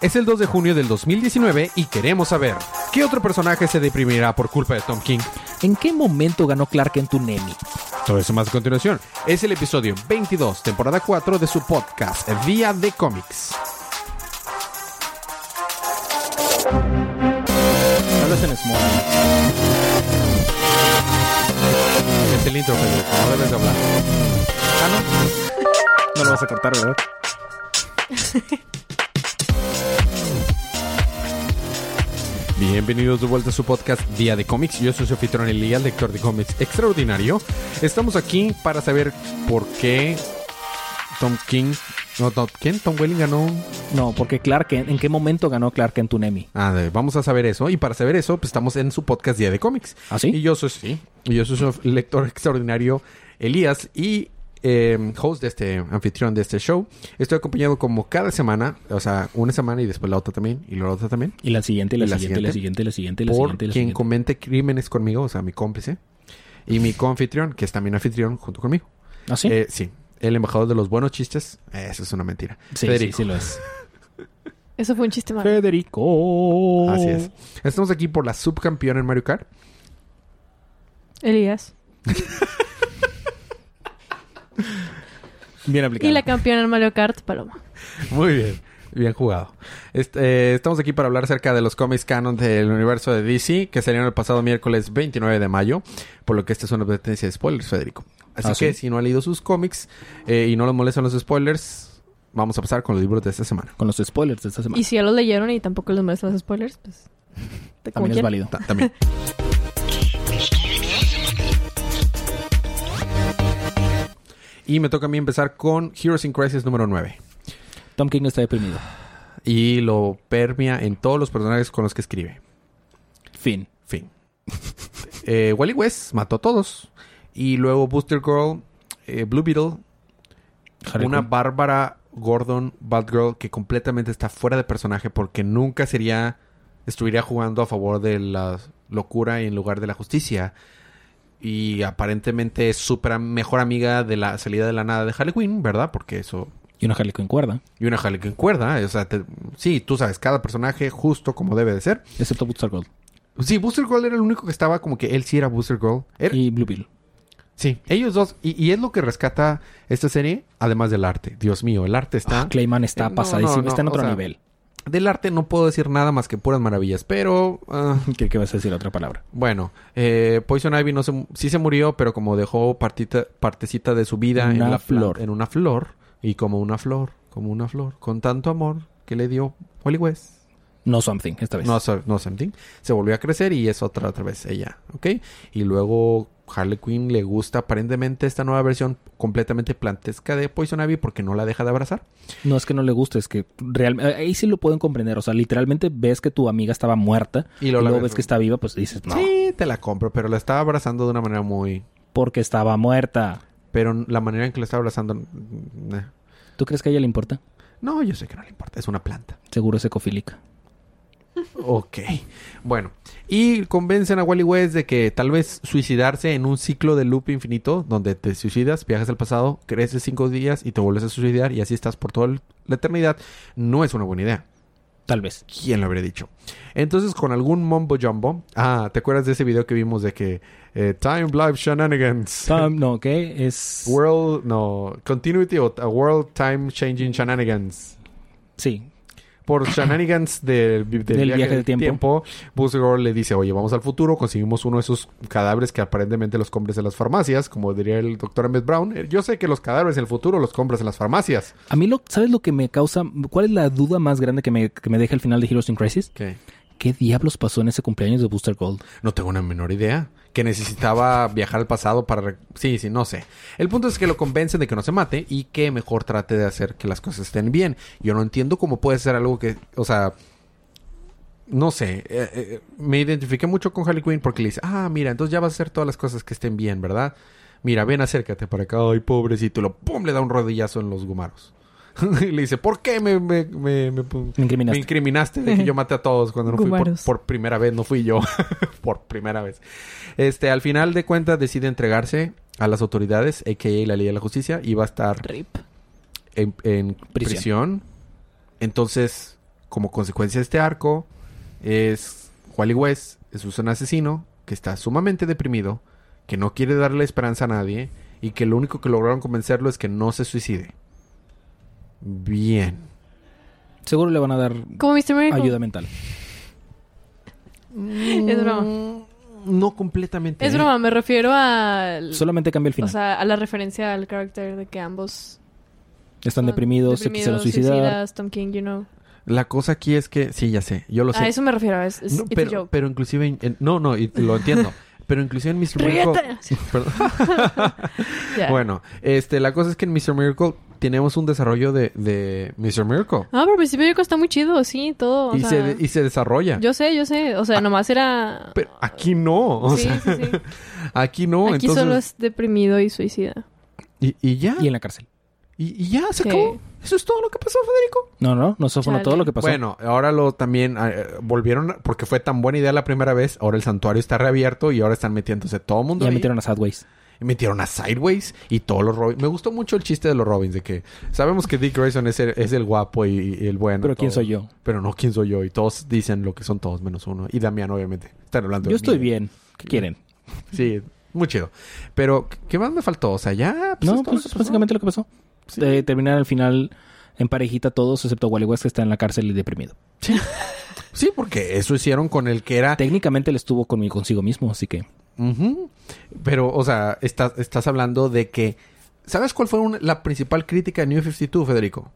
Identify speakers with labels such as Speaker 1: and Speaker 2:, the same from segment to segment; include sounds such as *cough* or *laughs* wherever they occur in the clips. Speaker 1: Es el 2 de junio del 2019 y queremos saber, ¿qué otro personaje se deprimirá por culpa de Tom King?
Speaker 2: ¿En qué momento ganó Clark Kent un Emmy?
Speaker 1: Todo eso más a continuación. Es el episodio 22, temporada 4 de su podcast, Vía de Cómics.
Speaker 2: Hablas en Smora.
Speaker 1: Es el intro, Federico, no debes de hablar.
Speaker 2: No lo vas a cortar, ¿verdad?
Speaker 1: Bienvenidos de vuelta a su podcast Día de Cómics. Yo soy su anfitrión Elías, lector de cómics extraordinario. Estamos aquí para saber por qué Tom King, no, Tom, ¿quién? Tom Welling ganó.
Speaker 2: No, porque Clark Kent, ¿en qué momento ganó Clark Kent un Emmy?
Speaker 1: Ah, de- vamos a saber eso. Y para saber eso, pues estamos en su podcast Día de Cómics.
Speaker 2: ¿Ah, sí?
Speaker 1: Y yo soy, sí. Y yo soy su lector extraordinario Elías y eh, host de este, anfitrión de este show. Estoy acompañado como cada semana, o sea, una semana y después la otra también, y luego la otra también.
Speaker 2: Y la siguiente, y la,
Speaker 1: ¿Y la
Speaker 2: siguiente, y la siguiente, y la siguiente, y la
Speaker 1: por
Speaker 2: siguiente. y la
Speaker 1: quien
Speaker 2: siguiente.
Speaker 1: comente crímenes conmigo, o sea, mi cómplice. Y mi coanfitrión, que es también anfitrión junto conmigo.
Speaker 2: ¿Ah, sí?
Speaker 1: Eh, sí. El embajador de los buenos chistes. Eh, Eso es una mentira.
Speaker 2: sí, sí,
Speaker 1: Federico.
Speaker 2: sí lo es.
Speaker 3: Eso fue un chiste malo.
Speaker 2: Federico.
Speaker 1: Así es. Estamos aquí por la subcampeona en Mario Kart.
Speaker 3: Elías.
Speaker 2: Bien
Speaker 3: Y
Speaker 2: aplicado.
Speaker 3: la campeona en Mario Kart, Paloma.
Speaker 1: Muy bien. Bien jugado. Este, eh, estamos aquí para hablar acerca de los cómics canon del universo de DC que salieron el pasado miércoles 29 de mayo, por lo que esta es una advertencia de spoilers, Federico. Así
Speaker 2: Ah,
Speaker 1: que
Speaker 2: sí.
Speaker 1: si no ha leído sus cómics eh, y no los molestan los spoilers, vamos a pasar con los libros de esta semana.
Speaker 2: Con los spoilers de esta semana.
Speaker 3: Y si ya lo leyeron y tampoco les molestan los spoilers, pues. te- como
Speaker 2: También es
Speaker 3: quieran.
Speaker 2: válido.
Speaker 1: Ta- también. Y me toca a mí empezar con Heroes in Crisis número 9.
Speaker 2: *laughs* Tom King está deprimido.
Speaker 1: Y lo permea en todos los personajes con los que escribe.
Speaker 2: Fin.
Speaker 1: Fin. *laughs* Eh, Wally West mató a todos. Y luego Booster Girl, eh, Blue Beetle,
Speaker 2: Harley
Speaker 1: una
Speaker 2: Quinn.
Speaker 1: Bárbara Gordon Batgirl que completamente está fuera de personaje porque nunca sería estuviera jugando a favor de la locura en lugar de la justicia y aparentemente es súper am- mejor amiga de la salida de la nada de Harley Quinn, ¿verdad? Porque eso
Speaker 2: Y una Harley Quinn cuerda.
Speaker 1: y una Harley Quinn cuerda, eh, o sea, te- sí, tú sabes cada personaje justo como debe de ser.
Speaker 2: Excepto Booster Gold.
Speaker 1: Sí, Booster Gold era el único que estaba como que él sí era Booster Gold. Era-
Speaker 2: Y Blue Bill.
Speaker 1: sí, ellos dos y, y es lo que rescata esta serie además del arte. Dios mío, el arte está
Speaker 2: Ah, Clayman está
Speaker 1: Eh, no,
Speaker 2: pasadísimo.
Speaker 1: no, no,
Speaker 2: está en
Speaker 1: o
Speaker 2: otro
Speaker 1: sea-
Speaker 2: nivel. *laughs*
Speaker 1: Del arte no puedo decir nada más que puras maravillas, pero ah,
Speaker 2: ¿Qué, qué vas a decir otra palabra?
Speaker 1: bueno, eh, Poison Ivy no se, mu- sí se murió, pero como dejó partita- partecita de su vida en,
Speaker 2: Una
Speaker 1: la plan-
Speaker 2: flor.
Speaker 1: en una flor, y como una flor, como una flor, con tanto amor que le dio Wally West.
Speaker 2: No something, esta vez.
Speaker 1: No, so- no something. Se volvió a crecer y es otra otra vez ella, ¿ok? Y luego Harley Quinn le gusta aparentemente esta nueva versión completamente plantesca de Poison Ivy porque no la deja de abrazar.
Speaker 2: No es que no le guste, es que realmente ahí sí lo pueden comprender. O sea, literalmente ves que tu amiga estaba muerta
Speaker 1: Y
Speaker 2: y
Speaker 1: luego
Speaker 2: luego,
Speaker 1: la ves-
Speaker 2: ves que está viva, pues dices, no,
Speaker 1: Sí, te la compro, pero la estaba abrazando de una manera muy...
Speaker 2: porque estaba muerta.
Speaker 1: Pero la manera en que la estaba abrazando... mm, eh.
Speaker 2: ¿Tú crees que a ella le importa?
Speaker 1: No, yo sé que no le importa, es una planta.
Speaker 2: Seguro es ecofílica.
Speaker 1: Ok. *laughs* Bueno, y convencen a Wally West de que tal vez suicidarse en un ciclo de loop infinito, donde te suicidas, viajas al pasado, creces cinco días y te vuelves a suicidar y así estás por toda el- la eternidad, no es una buena idea.
Speaker 2: Tal vez.
Speaker 1: ¿Quién lo habría dicho? Entonces, con algún mombo jumbo. Ah, ¿te acuerdas de ese video que vimos de que eh, Time Life Shenanigans?
Speaker 2: Sam, no, ¿qué? Es...
Speaker 1: World, no, Continuity o a World Time Changing Shenanigans
Speaker 2: Sí.
Speaker 1: por shenanigans del, del
Speaker 2: Del viaje del tiempo.
Speaker 1: Booster Gold le dice, oye, vamos al futuro, conseguimos uno de esos cadáveres que aparentemente los compras en las farmacias, como diría el doctor Emmett Brown. Eh, Yo sé que los cadáveres en el futuro los compras en las farmacias.
Speaker 2: A mí, lo, ¿sabes lo que me causa? ¿Cuál es la duda más grande que me, que me deja el final de Heroes in Crisis?
Speaker 1: ¿Qué?
Speaker 2: ¿Qué diablos pasó en ese cumpleaños de Booster Gold?
Speaker 1: No tengo una menor idea. Que necesitaba viajar al pasado para... re- Sí, sí, no sé. El punto es que lo convencen de que no se mate y que mejor trate de hacer que las cosas estén bien. Yo no entiendo cómo puede ser algo que... O sea... No sé. eh, eh, me identifiqué mucho con Harley Quinn porque le dice... Ah, mira, entonces ya vas a hacer todas las cosas que estén bien, ¿verdad? Mira, ven, acércate para acá. Ay, pobrecito. Y lo... ¡Pum! Le da un rodillazo en los gumaros. *laughs* y le dice... ¿Por qué me... me, me, me pu-
Speaker 2: Me incriminaste.
Speaker 1: me incriminaste de que yo maté a todos cuando no fui por,
Speaker 3: Gumaros.
Speaker 1: por primera vez, no fui yo. *laughs* por primera vez. Este, al final de cuentas decide entregarse a las autoridades, a.k.a. la ley de la justicia, y va a estar
Speaker 3: Rip.
Speaker 1: en, en prisión.
Speaker 2: Prisión.
Speaker 1: Entonces, como consecuencia de este arco, es Wally West, es un asesino que está sumamente deprimido, que no quiere darle esperanza a nadie y que lo único que lograron convencerlo es que no se suicide. Bien.
Speaker 2: Seguro le van a dar
Speaker 3: Como Mr. Miracle.
Speaker 2: ayuda mental.
Speaker 3: Es broma.
Speaker 1: Mm, No completamente.
Speaker 3: Es
Speaker 1: ¿eh?
Speaker 3: broma, me refiero al-
Speaker 2: Solamente cambia el
Speaker 3: O
Speaker 2: final.
Speaker 3: sea, a la referencia al carácter de que ambos
Speaker 2: Están
Speaker 3: son
Speaker 2: deprimidos, se quisieron suicidar.
Speaker 3: suicidas, Tom King, you know.
Speaker 1: La cosa aquí es que, sí, ya sé, yo lo sé.
Speaker 3: A eso me refiero, Ah, es, es
Speaker 1: No,
Speaker 3: it's a
Speaker 1: pero,
Speaker 3: joke.
Speaker 1: pero inclusive, en- en- no, no, y lo
Speaker 3: *laughs*
Speaker 1: entiendo. Pero inclusive en Mr. Miracle...
Speaker 3: Ríete. Sí.
Speaker 1: *laughs* Perdón.
Speaker 3: *laughs* Ya.
Speaker 1: Bueno, este, la cosa es que en Mr. Miracle tenemos un desarrollo de, de Mr. Miracle.
Speaker 3: Ah, pero Mr. Miracle está muy chido, sí, todo. o
Speaker 1: y,
Speaker 3: sea,
Speaker 1: se, de- y se desarrolla.
Speaker 3: Yo sé, yo sé. O sea,
Speaker 1: Ah,
Speaker 3: nomás era...
Speaker 1: Pero aquí no. O
Speaker 3: sí,
Speaker 1: sea,
Speaker 3: sí, sí.
Speaker 1: aquí no.
Speaker 3: Aquí
Speaker 1: entonces,
Speaker 3: solo es deprimido y suicida.
Speaker 1: y, y ya.
Speaker 2: Y en la cárcel.
Speaker 1: Y, y ya, se
Speaker 3: Sí.
Speaker 1: acabó. Eso es todo lo que pasó, Federico.
Speaker 2: No, no, no, eso fue no
Speaker 3: Chale.
Speaker 2: todo lo que pasó.
Speaker 1: Bueno, ahora lo también eh, volvieron, a- porque fue tan buena idea la primera vez. Ahora el santuario está reabierto y ahora están metiéndose todo el mundo.
Speaker 2: ya
Speaker 1: ahí.
Speaker 2: metieron a Sadways.
Speaker 1: Y metieron a Sideways y todos los Robins. Me gustó mucho el chiste de los Robins, de que sabemos que Dick Grayson es el, es el guapo y, y el bueno.
Speaker 2: Pero ¿quién
Speaker 1: todo.
Speaker 2: soy yo?
Speaker 1: Pero no, ¿quién soy yo? Y todos dicen lo que son todos menos uno. Y Damián, obviamente. Están hablando de
Speaker 2: Yo estoy
Speaker 1: mí.
Speaker 2: bien. ¿Qué quieren?
Speaker 1: Sí, muy chido. Pero, ¿qué más me faltó? O sea, ya.
Speaker 2: no,
Speaker 1: es todo
Speaker 2: pues
Speaker 1: lo que pasó.
Speaker 2: básicamente lo que pasó.
Speaker 1: Sí.
Speaker 2: Eh, terminar al final en parejita todos, excepto Wally West, que está en la cárcel y deprimido.
Speaker 1: Sí, porque eso hicieron con el que era.
Speaker 2: Técnicamente él estuvo con consigo mismo, así que
Speaker 1: Ujú. Pero, o sea, estás, estás hablando de que. ¿Sabes cuál fue un- la principal crítica de New 52, Federico?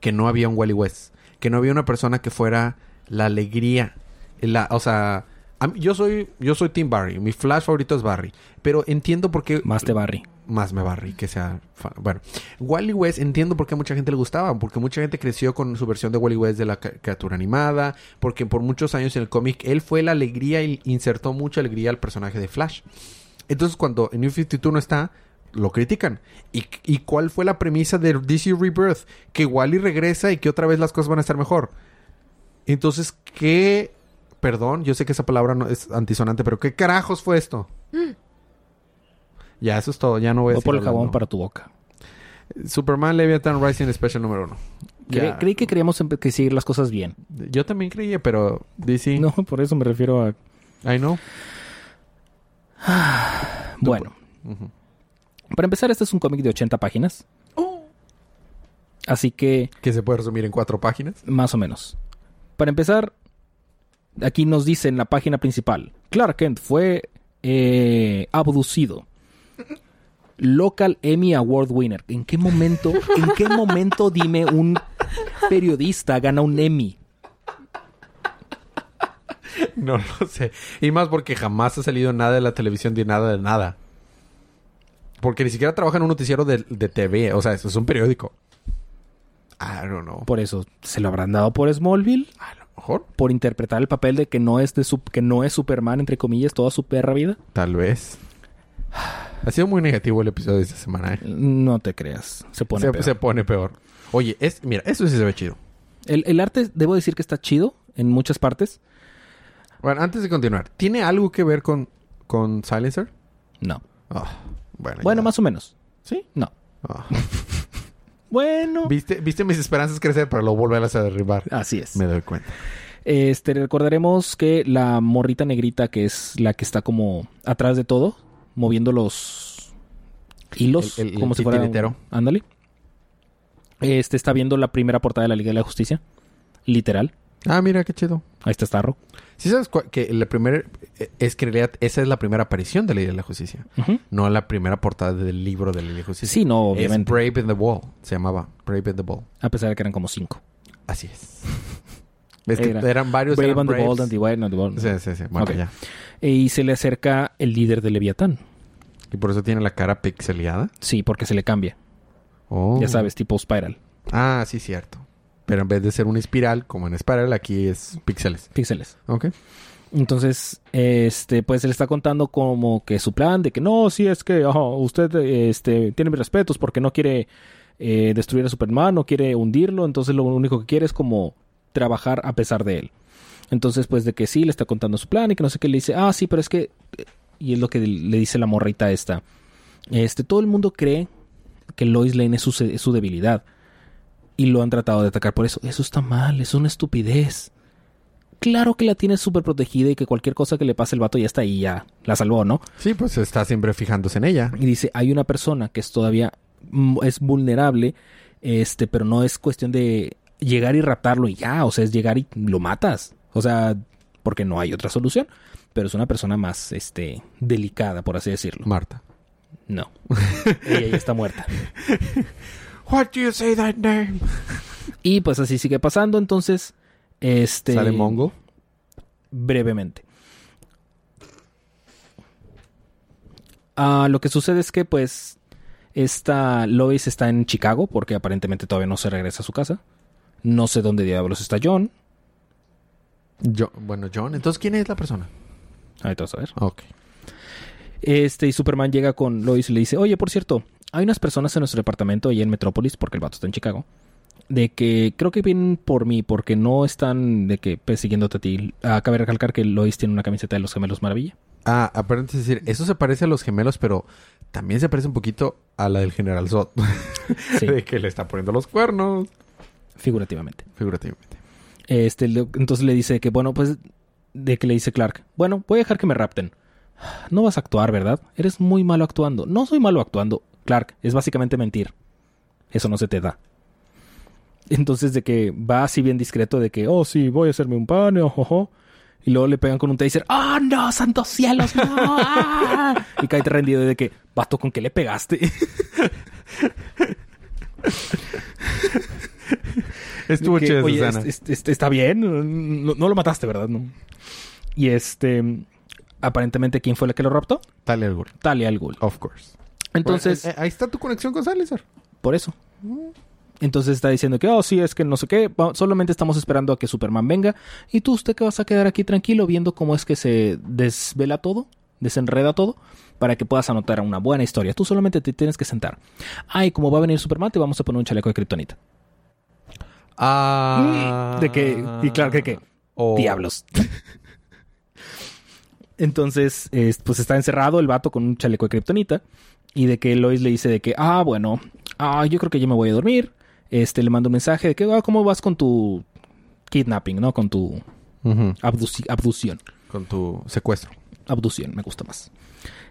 Speaker 1: Que no había un Wally West. Que no había una persona que fuera la alegría. La, o sea, a mí- yo soy yo soy Tim Barry. Mi flash favorito es Barry. Pero entiendo por qué.
Speaker 2: más te barry.
Speaker 1: más me barrí que sea fan. bueno Wally West entiendo por qué a mucha gente le gustaba porque mucha gente creció con su versión de Wally West de la ca- caricatura animada porque por muchos años en el cómic él fue la alegría y insertó mucha alegría al personaje de Flash entonces cuando en New 52 no está lo critican ¿Y, y cuál fue la premisa de DC Rebirth que Wally regresa y que otra vez las cosas van a estar mejor entonces qué perdón yo sé que esa palabra no es antisonante pero qué carajos fue esto ya, eso es todo. Ya no voy a
Speaker 2: Voy
Speaker 1: decir
Speaker 2: por el
Speaker 1: hablando.
Speaker 2: jabón para tu boca.
Speaker 1: Superman Leviathan Rising Special número uno.
Speaker 2: Cre-
Speaker 1: Ya.
Speaker 2: creí que queríamos empe- que seguir las cosas bien.
Speaker 1: Yo también creía, pero DC.
Speaker 2: No, por eso me refiero a.
Speaker 1: I know.
Speaker 2: Bueno,
Speaker 1: Ujú.
Speaker 2: para empezar, este es un cómic de 80 páginas.
Speaker 1: Oh.
Speaker 2: Así que,
Speaker 1: Que se puede resumir en cuatro páginas.
Speaker 2: más o menos. Para empezar, aquí nos dice en la página principal: Clark Kent fue eh, abducido. Local Emmy Award winner. ¿En qué momento, en qué momento, dime, un periodista gana un Emmy?
Speaker 1: *laughs* No lo sé. Y más porque jamás ha salido nada de la televisión de nada de nada. Porque ni siquiera trabaja en un noticiero de, de TV. O sea, eso es un periódico. I don't know.
Speaker 2: Por eso, ¿se lo habrán dado por Smallville?
Speaker 1: A lo mejor.
Speaker 2: por interpretar el papel de que no es de su- que no es Superman entre comillas toda su perra vida.
Speaker 1: Tal vez. Ha sido muy negativo el episodio de esta semana. ¿eh?
Speaker 2: No te creas, se pone
Speaker 1: se,
Speaker 2: peor.
Speaker 1: se pone peor. Oye, es, mira, eso sí se ve chido.
Speaker 2: El, el arte debo decir que está chido en muchas partes.
Speaker 1: Bueno, antes de continuar, ¿tiene algo que ver con, con Silencer?
Speaker 2: No.
Speaker 1: Ah, bueno,
Speaker 2: Bueno,
Speaker 1: ya.
Speaker 2: más o menos.
Speaker 1: ¿Sí?
Speaker 2: No.
Speaker 1: Ah.
Speaker 2: Bueno.
Speaker 1: ¿Viste, viste mis esperanzas crecer, pero lo volverlas a derribar.
Speaker 2: Así es.
Speaker 1: Me doy cuenta.
Speaker 2: Este recordaremos que la morrita negrita que es la que está como atrás de todo moviendo los hilos
Speaker 1: El- el- el
Speaker 2: como si fuera un-
Speaker 1: titiritero.
Speaker 2: ándale. Este está viendo la primera portada de la Liga de la Justicia. Literal.
Speaker 1: Ah, mira, qué chido.
Speaker 2: Ahí está Starro.
Speaker 1: ¿Sí sabes cua- que la primera... eh, Es que en realidad esa es la primera aparición de Ley de la Justicia.
Speaker 2: Ujú.
Speaker 1: No la primera portada del libro de Ley de la Justicia.
Speaker 2: Sí, no,
Speaker 1: Es
Speaker 2: obviamente.
Speaker 1: Brave in the Wall. Se llamaba Brave in the Wall.
Speaker 2: A pesar de que eran como cinco.
Speaker 1: Así
Speaker 2: *laughs*
Speaker 1: es. Es que
Speaker 2: Era
Speaker 1: eran varios...
Speaker 2: Brave
Speaker 1: eran
Speaker 2: and the
Speaker 1: Braves.
Speaker 2: Bold and the Wild and the Bold.
Speaker 1: Sí, sí, sí. Bueno,
Speaker 2: Ok.
Speaker 1: ya.
Speaker 2: Y se le acerca el líder de Leviatán.
Speaker 1: Y por eso tiene la cara pixeleada.
Speaker 2: Sí, porque se le cambia.
Speaker 1: Oh.
Speaker 2: Ya sabes, tipo Spiral.
Speaker 1: Ah, sí, cierto. Pero en vez de ser una espiral, como en Spiral, aquí es píxeles.
Speaker 2: Píxeles.
Speaker 1: Ok.
Speaker 2: Entonces, este, pues se le está contando como que su plan de que no, sí es que ajá, usted este, tiene mis respetos porque no quiere eh, destruir a Superman, no quiere hundirlo, entonces lo único que quiere es como trabajar a pesar de él. Entonces, pues de que sí, le está contando su plan y que no sé qué, le dice, ah, sí, pero es que, y es lo que le dice la morrita esta, este, todo el mundo cree que Lois Lane es su, se- es su debilidad. y lo han tratado de atacar por eso. Eso está mal, es una estupidez. Claro que la tiene súper protegida y que cualquier cosa que le pase el vato ya está ahí, ya la salvó, ¿no?
Speaker 1: Sí, pues está siempre fijándose en ella.
Speaker 2: Y dice, hay una persona que es todavía mm, es vulnerable, este, pero no es cuestión de llegar y raptarlo y ya, o sea, es llegar y lo matas. O sea, porque no hay otra solución, pero es una persona más este delicada, por así decirlo.
Speaker 1: Marta. *laughs*
Speaker 2: No. Ella ya está muerta.
Speaker 1: What do you say that name?
Speaker 2: Y pues así sigue pasando, entonces este
Speaker 1: Sale Mongo.
Speaker 2: brevemente. Ah, lo que sucede es que pues esta Lois está en Chicago porque aparentemente todavía no se regresa a su casa. No sé dónde diablos está John.
Speaker 1: Yo- bueno, John. Entonces, ¿quién es la persona?
Speaker 2: Ahorita vas a ver.
Speaker 1: Ok.
Speaker 2: Este, y Superman llega con Lois y le dice, oye, por cierto, hay unas personas en nuestro departamento allá en Metrópolis, porque el vato está en Chicago, de que creo que vienen por mí, porque no están de que persiguiéndote a ti. Ah, cabe recalcar que Lois tiene una camiseta de los gemelos maravilla.
Speaker 1: Ah, aparentemente es decir, eso se parece a los gemelos, pero también se parece un poquito a la del General Zod. *laughs*
Speaker 2: Sí,
Speaker 1: De que le está poniendo los cuernos.
Speaker 2: figurativamente.
Speaker 1: Figurativamente.
Speaker 2: Este, le- entonces le dice que, bueno, pues, de que le dice Clark, bueno, voy a dejar que me rapten. No vas a actuar, ¿verdad? Eres muy malo actuando. No soy malo actuando, Clark. Es básicamente mentir. Eso no se te da. Entonces de que va así bien discreto de que, oh, sí, voy a hacerme un pan, ojojo. Y luego le pegan con un taser. ¡Ah, no, santos cielos, no! ah". Y cae rendido de que, vato, ¿con qué le pegaste?
Speaker 1: Estuvo
Speaker 2: que,
Speaker 1: chido,
Speaker 2: "Oye,
Speaker 1: Susana.
Speaker 2: este- este- este está bien. No, no lo mataste, ¿verdad? No. Y este. Aparentemente, ¿quién fue la que lo raptó?
Speaker 1: Tal y el Ghul.
Speaker 2: Talia al Ghul.
Speaker 1: Of course.
Speaker 2: Entonces,
Speaker 1: Bueno, eh, eh, ahí está tu conexión con Salazar.
Speaker 2: por eso. Entonces está diciendo que, oh, sí, es que no sé qué, va- solamente estamos esperando a que Superman venga. Y tú, usted que vas a quedar aquí tranquilo viendo cómo es que se desvela todo, desenreda todo, para que puedas anotar una buena historia. Tú solamente te tienes que sentar. Ay, como va a venir Superman, te vamos a poner un chaleco de kriptonita.
Speaker 1: Ah.
Speaker 2: ¿De qué? Y Clark, ¿de qué?
Speaker 1: O-
Speaker 2: Diablos. Entonces, es- pues está encerrado el vato con un chaleco de kriptonita. Y de que Lois le dice de que, ah, bueno, ah, yo creo que ya me voy a dormir. Este, le mando un mensaje de que, ah, ¿cómo vas con tu kidnapping, no? Con tu
Speaker 1: Ujú.
Speaker 2: abduci- abducción.
Speaker 1: Con tu secuestro.
Speaker 2: Abducción, me gusta más.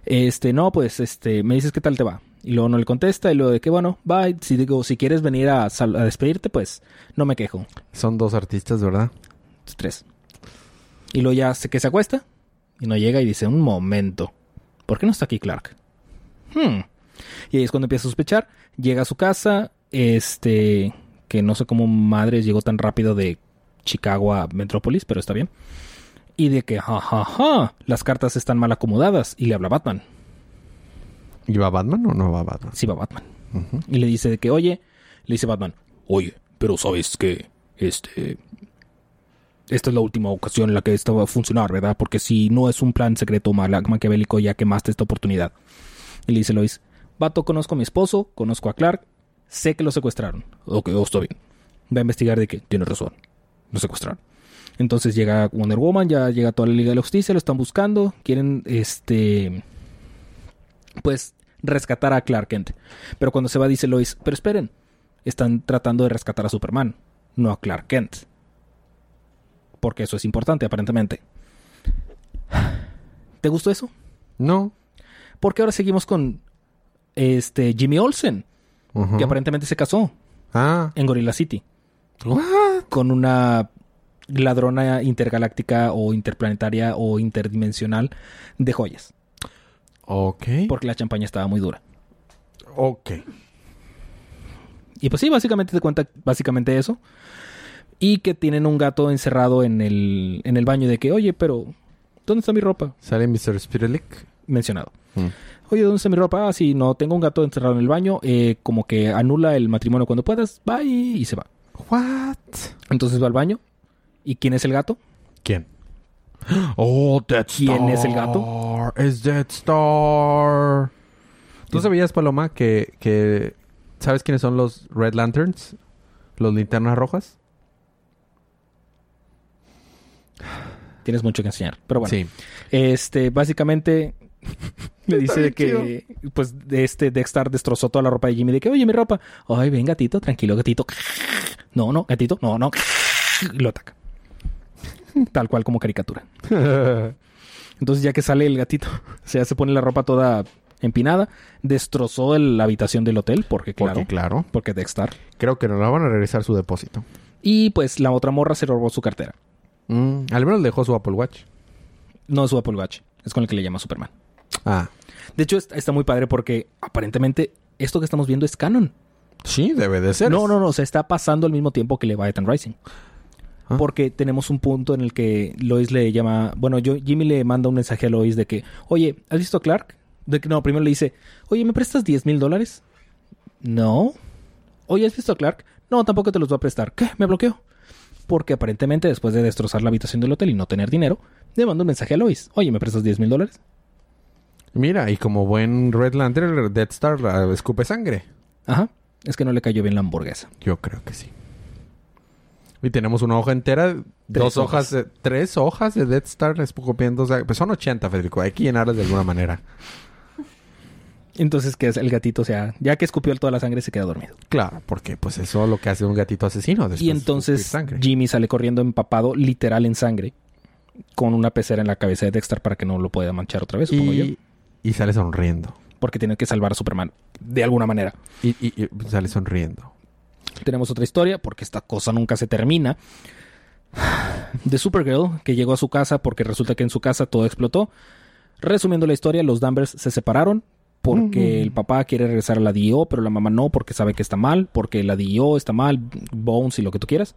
Speaker 2: Este, no, pues, este, me dices qué tal te va. Y luego no le contesta. Y luego de que, bueno, bye. Si digo, si quieres venir a, sal- a despedirte, pues, no me quejo.
Speaker 1: Son dos artistas, ¿verdad?
Speaker 2: Tres. Y luego ya sé que se acuesta y no llega y dice, un momento, ¿por qué no está aquí Clark? Hmm. Y ahí es cuando empieza a sospechar, llega a su casa, este, que no sé cómo madres llegó tan rápido de Chicago a Metrópolis, pero está bien. Y de que, ja, ja, ja, las cartas están mal acomodadas y le habla Batman.
Speaker 1: ¿Y va Batman o no va Batman?
Speaker 2: Sí va Batman.
Speaker 1: Ujú.
Speaker 2: Y le dice de que, oye, le dice Batman, oye, pero sabes que, este, esta es la última ocasión en la que esto va a funcionar, ¿verdad? Porque si no es un plan secreto mala- maquiavélico, ya quemaste esta oportunidad. Y le dice Lois, vato, conozco a mi esposo, conozco a Clark, sé que lo secuestraron. Ok, oh, está bien. Va a investigar de que tiene razón, lo secuestraron. Entonces llega Wonder Woman, ya llega toda la Liga de la Justicia, lo están buscando, quieren, este, pues, rescatar a Clark Kent. Pero cuando se va dice Lois, pero esperen, están tratando de rescatar a Superman, no a Clark Kent. Porque eso es importante, aparentemente. ¿Te gustó eso?
Speaker 1: No.
Speaker 2: Porque ahora seguimos con este Jimmy Olsen,
Speaker 1: Ujú.
Speaker 2: que aparentemente se casó
Speaker 1: Ah.
Speaker 2: en Gorilla City
Speaker 1: What?
Speaker 2: con una ladrona intergaláctica o interplanetaria o interdimensional de joyas,
Speaker 1: Ok.
Speaker 2: porque la champaña estaba muy dura.
Speaker 1: Ok.
Speaker 2: Y pues sí, básicamente te cuenta básicamente eso. Y que tienen un gato encerrado en el, en el baño de que, oye, pero, ¿dónde está mi ropa?
Speaker 1: Sale Mr. Spirelic.
Speaker 2: Mencionado.
Speaker 1: Mm.
Speaker 2: Oye, ¿dónde está mi ropa? Ah, sí, no, tengo un gato encerrado en el baño. eh, como que anula el matrimonio cuando puedas. Bye. Y se va.
Speaker 1: What?
Speaker 2: Entonces va al baño. ¿Y quién es el gato?
Speaker 1: ¿Quién? Oh, Dead Star.
Speaker 2: ¿Quién es el gato?
Speaker 1: Es Dead Star. ¿Tú
Speaker 2: Sí.
Speaker 1: sabías, Paloma, que, que... ¿Sabes quiénes son los Red Lanterns? Los linternas rojas.
Speaker 2: Tienes mucho que enseñar. Pero bueno.
Speaker 1: *laughs* Sí.
Speaker 2: Este, básicamente... Le dice de
Speaker 1: bien
Speaker 2: que, pues, de este Dexter destrozó toda la ropa de Jimmy. De que, oye, mi ropa. Ay, ven, gatito, tranquilo, gatito. No, no, gatito, no, no. Y lo ataca. Tal cual como caricatura. Entonces, ya que sale el gatito, *laughs* o sea, se pone la ropa toda empinada. Destrozó el- la habitación del hotel, porque claro,
Speaker 1: Porque, claro,
Speaker 2: porque Dexter.
Speaker 1: creo que no la van a regresar su depósito.
Speaker 2: Y pues la otra morra se robó su cartera.
Speaker 1: Mm, al menos le dejó su Apple Watch.
Speaker 2: No su Apple Watch. Es con el que le llama Superman.
Speaker 1: Ah.
Speaker 2: De hecho, está, está muy padre porque aparentemente esto que estamos viendo es canon.
Speaker 1: Sí, debe de ser.
Speaker 2: No, no, no. O sea, está pasando al mismo tiempo que Leviathan Rising.
Speaker 1: Ah.
Speaker 2: Porque tenemos un punto en el que Lois le llama... Bueno, yo, Jimmy le manda un mensaje a Lois de que... Oye, ¿has visto a Clark? De que, no, primero le dice... Oye, ¿me prestas 10 mil dólares? No. Oye, ¿has visto a Clark? No, tampoco te los voy a prestar. ¿Qué? ¿Me bloqueó? Porque aparentemente después de destrozar la habitación del hotel y no tener dinero... Le manda un mensaje a Lois. Oye, ¿me prestas 10 mil dólares?
Speaker 1: Mira, y como buen Red Lantern, Dead Star ah, escupe sangre.
Speaker 2: Ajá. Es que no le cayó bien la hamburguesa.
Speaker 1: Yo creo que sí. Y tenemos una hoja entera, dos hojas,
Speaker 2: hojas.
Speaker 1: de- tres hojas de Dead Star escupiendo. sangre. pues son 80, Federico. Hay que llenarlas de alguna manera.
Speaker 2: Entonces, que es el gatito, o sea, ya que escupió toda la sangre, se queda dormido.
Speaker 1: Claro, porque pues eso es lo que hace un gatito asesino. después
Speaker 2: y
Speaker 1: de
Speaker 2: entonces
Speaker 1: escupir sangre.
Speaker 2: Jimmy sale corriendo empapado, literal en sangre, con una pecera en la cabeza de Dexter para que no lo pueda manchar otra vez, supongo yo.
Speaker 1: Y, y sale sonriendo.
Speaker 2: Porque tiene que salvar a Superman, de alguna manera.
Speaker 1: Y, y- y sale sonriendo.
Speaker 2: Tenemos otra historia, porque esta cosa nunca se termina. De Supergirl, que llegó a su casa porque resulta que en su casa todo explotó. Resumiendo la historia, los Danvers se separaron porque el papá quiere regresar a la DIO, pero la mamá no porque sabe que está mal, porque la DIO está mal, Bones y lo que tú quieras.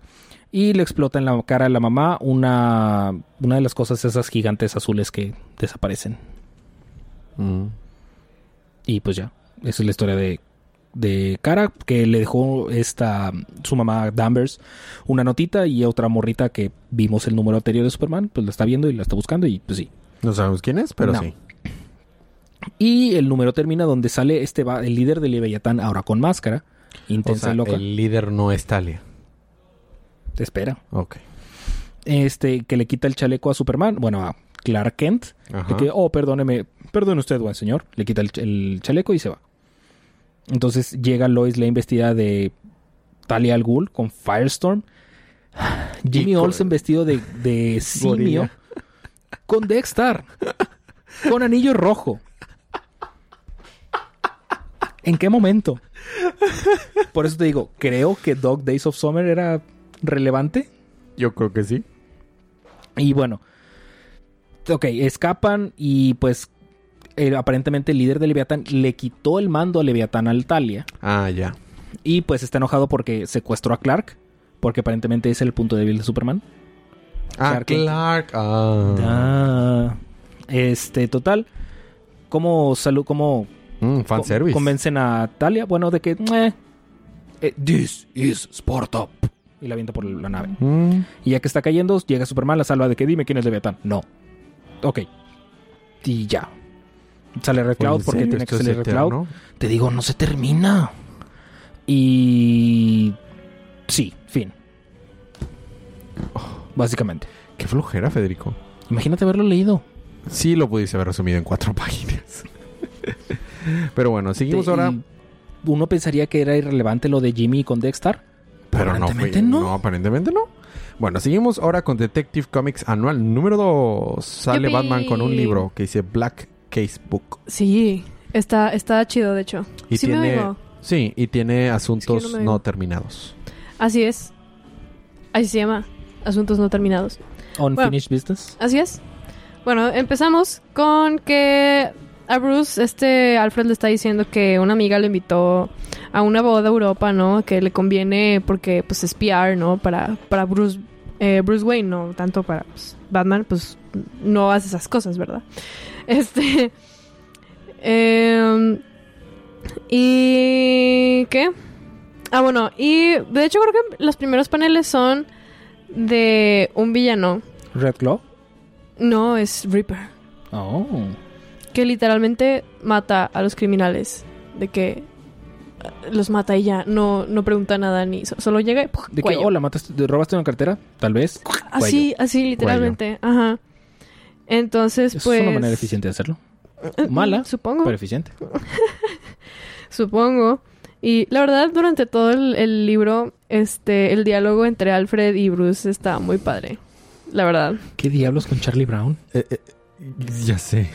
Speaker 2: Y le explota en la cara a la mamá una, una de las cosas esas gigantes azules que desaparecen.
Speaker 1: Mm.
Speaker 2: Y pues ya, esa es la historia de, de Cara, que le dejó esta su mamá Danvers una notita y otra morrita que vimos el número anterior de Superman, pues la está viendo y la está buscando y pues sí.
Speaker 1: No sabemos quién es, pero
Speaker 2: No.
Speaker 1: sí.
Speaker 2: Y el número termina donde sale este va- el líder de Leviatán ahora con máscara,
Speaker 1: O
Speaker 2: intensa
Speaker 1: sea,
Speaker 2: y loca.
Speaker 1: el líder no es Talia.
Speaker 2: Te espera.
Speaker 1: Ok.
Speaker 2: Este que le quita el chaleco a Superman, bueno, a Clark Kent,
Speaker 1: Ajá.
Speaker 2: De que, oh, perdóneme, perdone usted, buen señor. Le quita el, ch- el chaleco y se va. Entonces llega Lois la investida de Talia al Ghul con Firestorm. *sighs* Jimmy
Speaker 1: Y con-
Speaker 2: Olsen vestido de, de simio.
Speaker 1: Gorila.
Speaker 2: con Dexter. Con anillo rojo. ¿En qué momento? Por eso te digo, creo que Dog Days of Summer era relevante.
Speaker 1: Yo creo que sí.
Speaker 2: Y bueno, ok, escapan y pues eh, aparentemente el líder de Leviatán le quitó el mando a Leviatán al Talia
Speaker 1: Ah, ya.
Speaker 2: y pues está enojado porque secuestró a Clark, porque aparentemente es el punto débil de Superman.
Speaker 1: Ah,
Speaker 2: Clark Kent.
Speaker 1: Clark. Ah.
Speaker 2: Ah, este, total, ¿cómo, salu- cómo
Speaker 1: Mm,
Speaker 2: co-
Speaker 1: fanservice.
Speaker 2: convencen a Talia? Bueno, de que... "Meh, eh, this is Sparta. Y la avienta por la nave.
Speaker 1: Mm.
Speaker 2: Y ya que está cayendo, llega Superman, la salva de que dime quién es Leviatán. No. Ok. Y ya. Sale Red Cloud
Speaker 1: ¿En
Speaker 2: porque
Speaker 1: serio?
Speaker 2: tiene
Speaker 1: Esto
Speaker 2: que
Speaker 1: es
Speaker 2: salir Red Cloud.
Speaker 1: eterno.
Speaker 2: Te digo, no se termina. Y. Sí, fin. Básicamente.
Speaker 1: Qué flojera, Federico.
Speaker 2: Imagínate haberlo leído.
Speaker 1: Sí lo pudiese haber resumido en cuatro *laughs* páginas. Pero bueno, seguimos
Speaker 2: Te-
Speaker 1: ahora.
Speaker 2: y Uno pensaría que era irrelevante lo de Jimmy con Dexter.
Speaker 1: Pero no, fue,
Speaker 2: aparentemente no.
Speaker 1: aparentemente no. Bueno, seguimos ahora con Detective Comics Anual número 2. Sale
Speaker 3: ¡Yupi!
Speaker 1: Batman con un libro que dice Black Case Book.
Speaker 3: Sí, está, está chido, de hecho.
Speaker 1: Y
Speaker 3: sí me
Speaker 1: tiene.
Speaker 3: oigo.
Speaker 1: Sí, y tiene asuntos
Speaker 3: me
Speaker 1: no,
Speaker 3: oigo.
Speaker 1: terminados.
Speaker 3: Así es. Así se llama. Asuntos no terminados.
Speaker 2: Unfinished Business.
Speaker 3: Así es. Bueno, empezamos con que a Bruce, este Alfred le está diciendo que una amiga lo invitó a una boda a Europa, ¿no? Que le conviene porque pues es PR, ¿no? Para, para Bruce, eh, Bruce Wayne, ¿no? Tanto para pues, Batman, pues no hace esas cosas, ¿verdad? *laughs* Este... em, ¿Y qué? Ah, bueno, y de hecho creo que los primeros paneles son de un villano.
Speaker 2: Red Claw.
Speaker 3: No, es Reaper.
Speaker 2: Oh.
Speaker 3: Que literalmente mata a los criminales. De que eh, los mata y ya. No, no pregunta nada ni. so- Solo llega y. ¡puf!
Speaker 2: ¿De qué?
Speaker 3: cuello.
Speaker 2: Hola, mataste, ¿te robaste una cartera? Tal vez.
Speaker 3: Así, así, literalmente. Ajá. Entonces,
Speaker 2: Es
Speaker 3: pues. eh,
Speaker 2: una manera eficiente de hacerlo. Mala,
Speaker 3: mm, Supongo.
Speaker 2: pero eficiente.
Speaker 3: Supongo. Y la verdad, durante todo el, el libro, este, el diálogo entre Alfred y Bruce está muy padre. La verdad.
Speaker 2: ¿Qué diablos con Charlie Brown?
Speaker 1: Eh, eh, ya sé.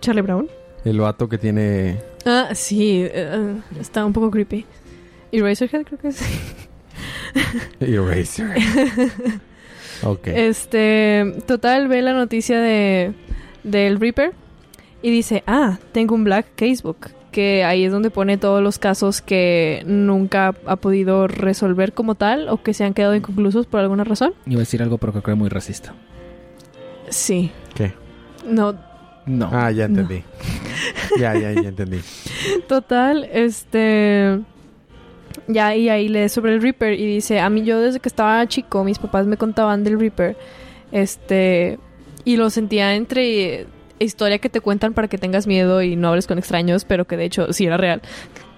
Speaker 3: ¿Charlie Brown?
Speaker 1: El vato que tiene.
Speaker 3: Ah, sí. eh, está un poco creepy. Y Razorhead creo que es. *laughs*
Speaker 1: Eraser. ok.
Speaker 3: Este, total, ve la noticia de del Reaper y dice, ah, tengo un Black Casebook, que ahí es donde pone todos los casos que nunca ha podido resolver como tal o que se han quedado inconclusos por alguna razón.
Speaker 2: Iba a decir algo, pero que creo muy racista.
Speaker 3: Sí.
Speaker 1: ¿Qué?
Speaker 3: No,
Speaker 2: No.
Speaker 1: Ah, ya entendí. ya, ya, ya entendí.
Speaker 3: Total, este. Ya, y ahí lees sobre el Reaper y dice: A mí, yo desde que estaba chico, mis papás me contaban del Reaper. Este. Y lo sentía entre historia que te cuentan para que tengas miedo y no hables con extraños, pero que de hecho sí era real.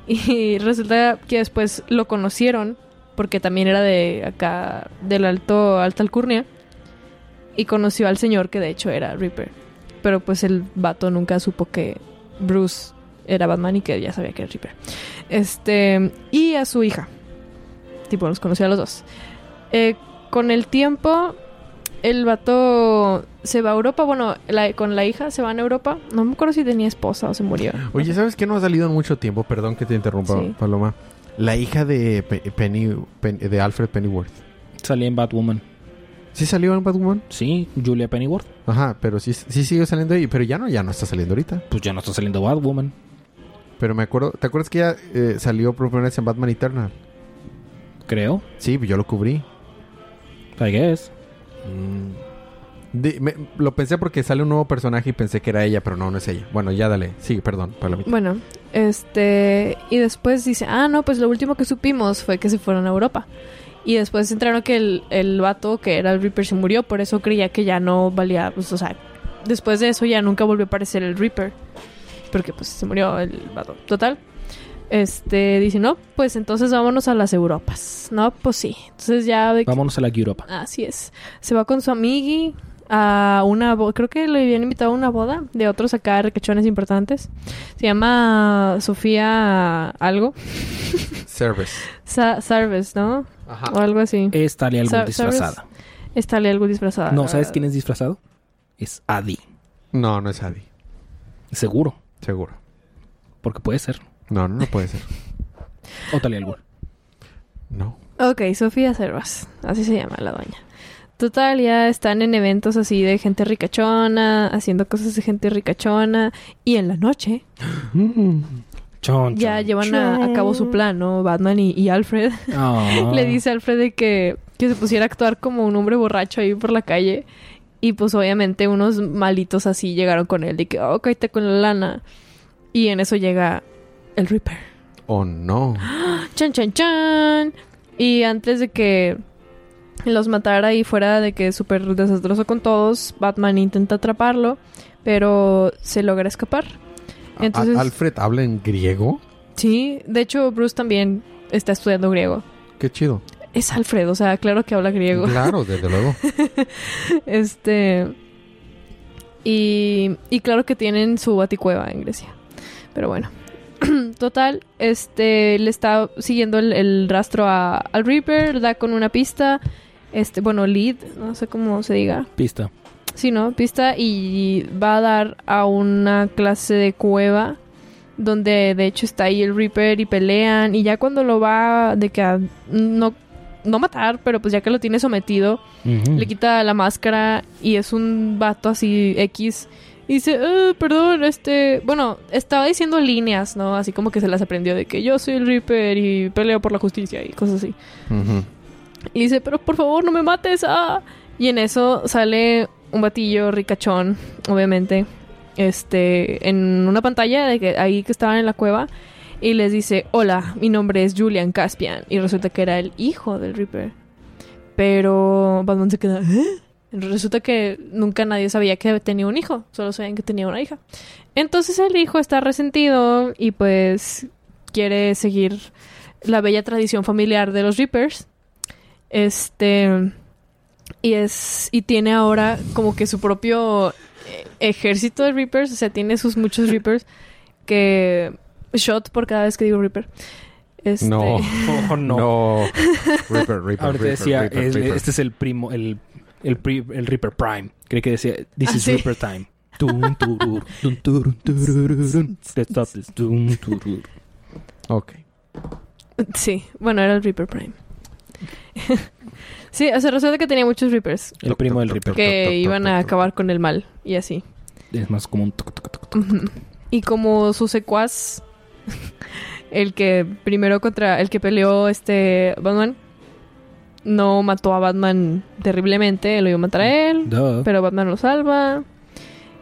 Speaker 3: Y resulta que después lo conocieron, porque también era de acá, del alto, alta alcurnia. Y conoció al señor que de hecho era Reaper. Pero pues el vato nunca supo que Bruce era Batman y que ya sabía que era Reaper. Este, y a su hija. Tipo, los conoció a los dos. Eh, con el tiempo, el vato se va a Europa. Bueno, la- con la hija se van a Europa. No me acuerdo si tenía esposa o se murió.
Speaker 1: Oye, ¿sabes qué no ha salido en mucho tiempo? Perdón que te interrumpa,
Speaker 3: Sí.
Speaker 1: Paloma. La hija de Pe- Penny, Pen- de Alfred Pennyworth.
Speaker 2: Salía en Batwoman.
Speaker 1: ¿Sí salió en Batwoman?
Speaker 2: Sí, Julia Pennyworth.
Speaker 1: Ajá, pero sí, sí sigue saliendo ahí. Pero ya no, ya no está saliendo ahorita.
Speaker 2: Pues ya no está saliendo Batwoman.
Speaker 1: Pero me acuerdo, ¿te acuerdas que ya eh, salió por primera vez en Batman Eternal?
Speaker 2: Creo.
Speaker 1: Sí, yo lo cubrí. Mm.
Speaker 2: I guess.
Speaker 1: Di- me- lo pensé porque sale un nuevo personaje y pensé que era ella, pero no, no es ella. Bueno, ya dale. Sí, perdón,
Speaker 3: *laughs*
Speaker 1: Palomita.
Speaker 3: Bueno, este. Y después dice: Ah, no, pues lo último que supimos fue que se fueron a Europa. Y después entraron que el, el vato que era el Reaper se murió. Por eso creía que ya no valía. Pues, o sea, después de eso ya nunca volvió a aparecer el Reaper. Porque pues se murió el vato. Total. Este dice: No, pues entonces vámonos a las Europas. No, pues sí. Entonces ya. de-
Speaker 2: Vámonos a la Europa.
Speaker 3: Así es. Se va con su amigui a una boda. Creo que le habían invitado a una boda de otros acá requechones importantes. Se llama Sofía algo.
Speaker 1: Service.
Speaker 3: Sa Sarves, ¿no?
Speaker 2: Ah.
Speaker 1: Ajá.
Speaker 3: O algo así.
Speaker 2: Está algo
Speaker 3: Sa-
Speaker 2: disfrazada.
Speaker 3: Está algo disfrazada.
Speaker 2: Eh. No, ¿sabes quién es disfrazado? Es Adi.
Speaker 1: No, no es Adi.
Speaker 2: Seguro.
Speaker 1: Seguro.
Speaker 2: Porque puede ser.
Speaker 1: No, no, no puede ser.
Speaker 2: O Talia al Ghul.
Speaker 1: No.
Speaker 3: Ok, Sofía Servas, así se llama la doña. Total, ya están en eventos así de gente ricachona, haciendo cosas de gente ricachona, y en la noche
Speaker 2: Chon,
Speaker 3: ya
Speaker 2: chon,
Speaker 3: llevan a, a cabo su plan, ¿no? Batman y, y Alfred.
Speaker 2: chon. Ah.
Speaker 3: *laughs* Le dice a Alfred de que, que se pusiera a actuar como un hombre borracho ahí por la calle. Y pues obviamente unos malitos así llegaron con él de que, oh, cállate con la lana. Y en eso llega el Reaper.
Speaker 1: Oh, no.
Speaker 3: Chan, chan, chan. Y antes de que los matara y fuera de que súper desastroso con todos, Batman intenta atraparlo, pero se logra escapar.
Speaker 1: A-
Speaker 3: Entonces-
Speaker 1: ¿Alfred habla en griego?
Speaker 3: Sí, de hecho Bruce también está estudiando griego.
Speaker 1: Qué chido.
Speaker 3: Es Alfred, o sea, claro que habla griego.
Speaker 1: Claro, desde
Speaker 3: *laughs*
Speaker 1: luego.
Speaker 3: Este. Y, y claro que tienen su baticueva en Grecia. Pero bueno. *clears throat* Total, este le está siguiendo el, el rastro a, al Reaper, da con una pista. Este, bueno, lead, no sé cómo se diga.
Speaker 2: Pista.
Speaker 3: Sí, ¿no? Pista y va a dar a una clase de cueva donde de hecho está ahí el Reaper y pelean y ya cuando lo va de que a- no no matar, pero pues ya que lo tiene sometido,
Speaker 2: Mm.
Speaker 3: le quita la máscara y es un vato así X. Y dice, "Ah, perdón, este... Bueno, estaba diciendo líneas, ¿no? Así como que se las aprendió de que yo soy el Reaper y peleo por la justicia y cosas así.
Speaker 1: Ujú.
Speaker 3: Y dice, pero por favor no me mates. Ah. Y en eso sale un batillo ricachón, obviamente, este, en una pantalla de que ahí que estaban en la cueva. Y les dice, hola, mi nombre es Julian Caspian. Y resulta que era el hijo del Reaper. Pero Batman se queda, "¿Eh?". Resulta que nunca nadie sabía que tenía un hijo, solo sabían que tenía una hija. Entonces el hijo está resentido y pues quiere seguir la bella tradición familiar de los Reapers. Este. Y es. Y tiene ahora como que su propio ejército de Reapers, o sea, tiene sus muchos Reapers que shot por cada vez que digo Reaper. Este,
Speaker 1: No.
Speaker 2: Oh, no.
Speaker 1: No. Reaper, Reaper,
Speaker 2: Ahorita
Speaker 1: Reaper,
Speaker 2: decía,
Speaker 1: Reaper,
Speaker 2: es-
Speaker 1: Reaper.
Speaker 2: este es el primo, el, el, pri- el Reaper Prime. Creí que decía, this
Speaker 3: Ah,
Speaker 2: is
Speaker 3: sí.
Speaker 2: Reaper Time. Dun, turur, dun, turur, turururun. Let's stop this. Dun, turur.
Speaker 1: Ok.
Speaker 3: *laughs* Sí, bueno, era el Reaper Prime. sí, o sea, resulta que tenía muchos Reapers
Speaker 2: El primo del Reaper.
Speaker 3: que iban a acabar con el mal y así.
Speaker 2: Es más como un... tuc, tuc, tuc, tuc.
Speaker 3: Ujú. Y como su secuaz, *laughs* el que primero contra el que peleó este Batman, no mató a Batman terriblemente, lo iba a matar a él,
Speaker 2: Duh.
Speaker 3: pero Batman lo salva.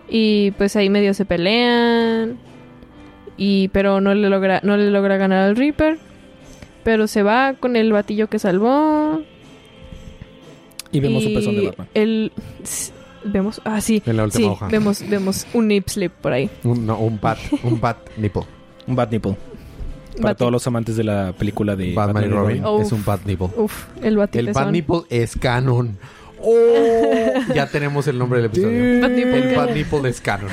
Speaker 3: Y pues ahí medio se pelean. Y pero no le logra, no le logra ganar al Reaper. Pero se va con el batillo que salvó.
Speaker 2: Y vemos un pezón de
Speaker 3: y
Speaker 2: Batman.
Speaker 3: El s- vemos, ah sí,
Speaker 1: En la última
Speaker 3: sí,
Speaker 1: hoja.
Speaker 3: vemos, vemos un nip slip por ahí.
Speaker 1: Un, no, un bat, un bat nipple.
Speaker 2: Un Bat Nipple. Para
Speaker 3: Bati-
Speaker 2: todos los amantes de la película de
Speaker 1: Batman y Robin
Speaker 3: Robin.
Speaker 1: es un bat nipple.
Speaker 3: Uf, el
Speaker 1: El
Speaker 3: batipezón.
Speaker 1: bat nipple es canon. ¡Oh!
Speaker 3: *laughs*
Speaker 1: ya tenemos el nombre del episodio.
Speaker 3: Oh, Bat nipple.
Speaker 1: El bat nipple es canon.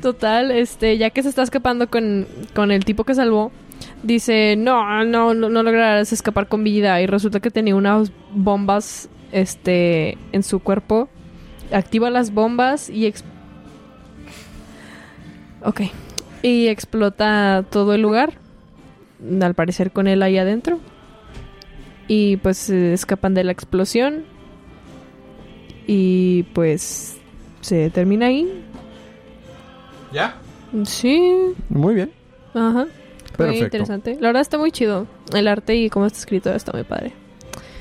Speaker 3: Total, este, ya que se está escapando con, con el tipo que salvó, dice, no, no, no, no lograrás escapar con vida. Y resulta que tenía unas bombas, este, en su cuerpo. Activa las bombas y... ex- Ok. Y explota todo el lugar. Al parecer con él ahí adentro. Y pues eh, escapan de la explosión. Y pues se termina ahí.
Speaker 1: ¿Ya?
Speaker 3: Sí,
Speaker 1: Muy bien.
Speaker 3: ajá. Muy
Speaker 1: Perfecto.
Speaker 3: interesante. La verdad está muy chido. El arte y cómo está escrito está muy padre.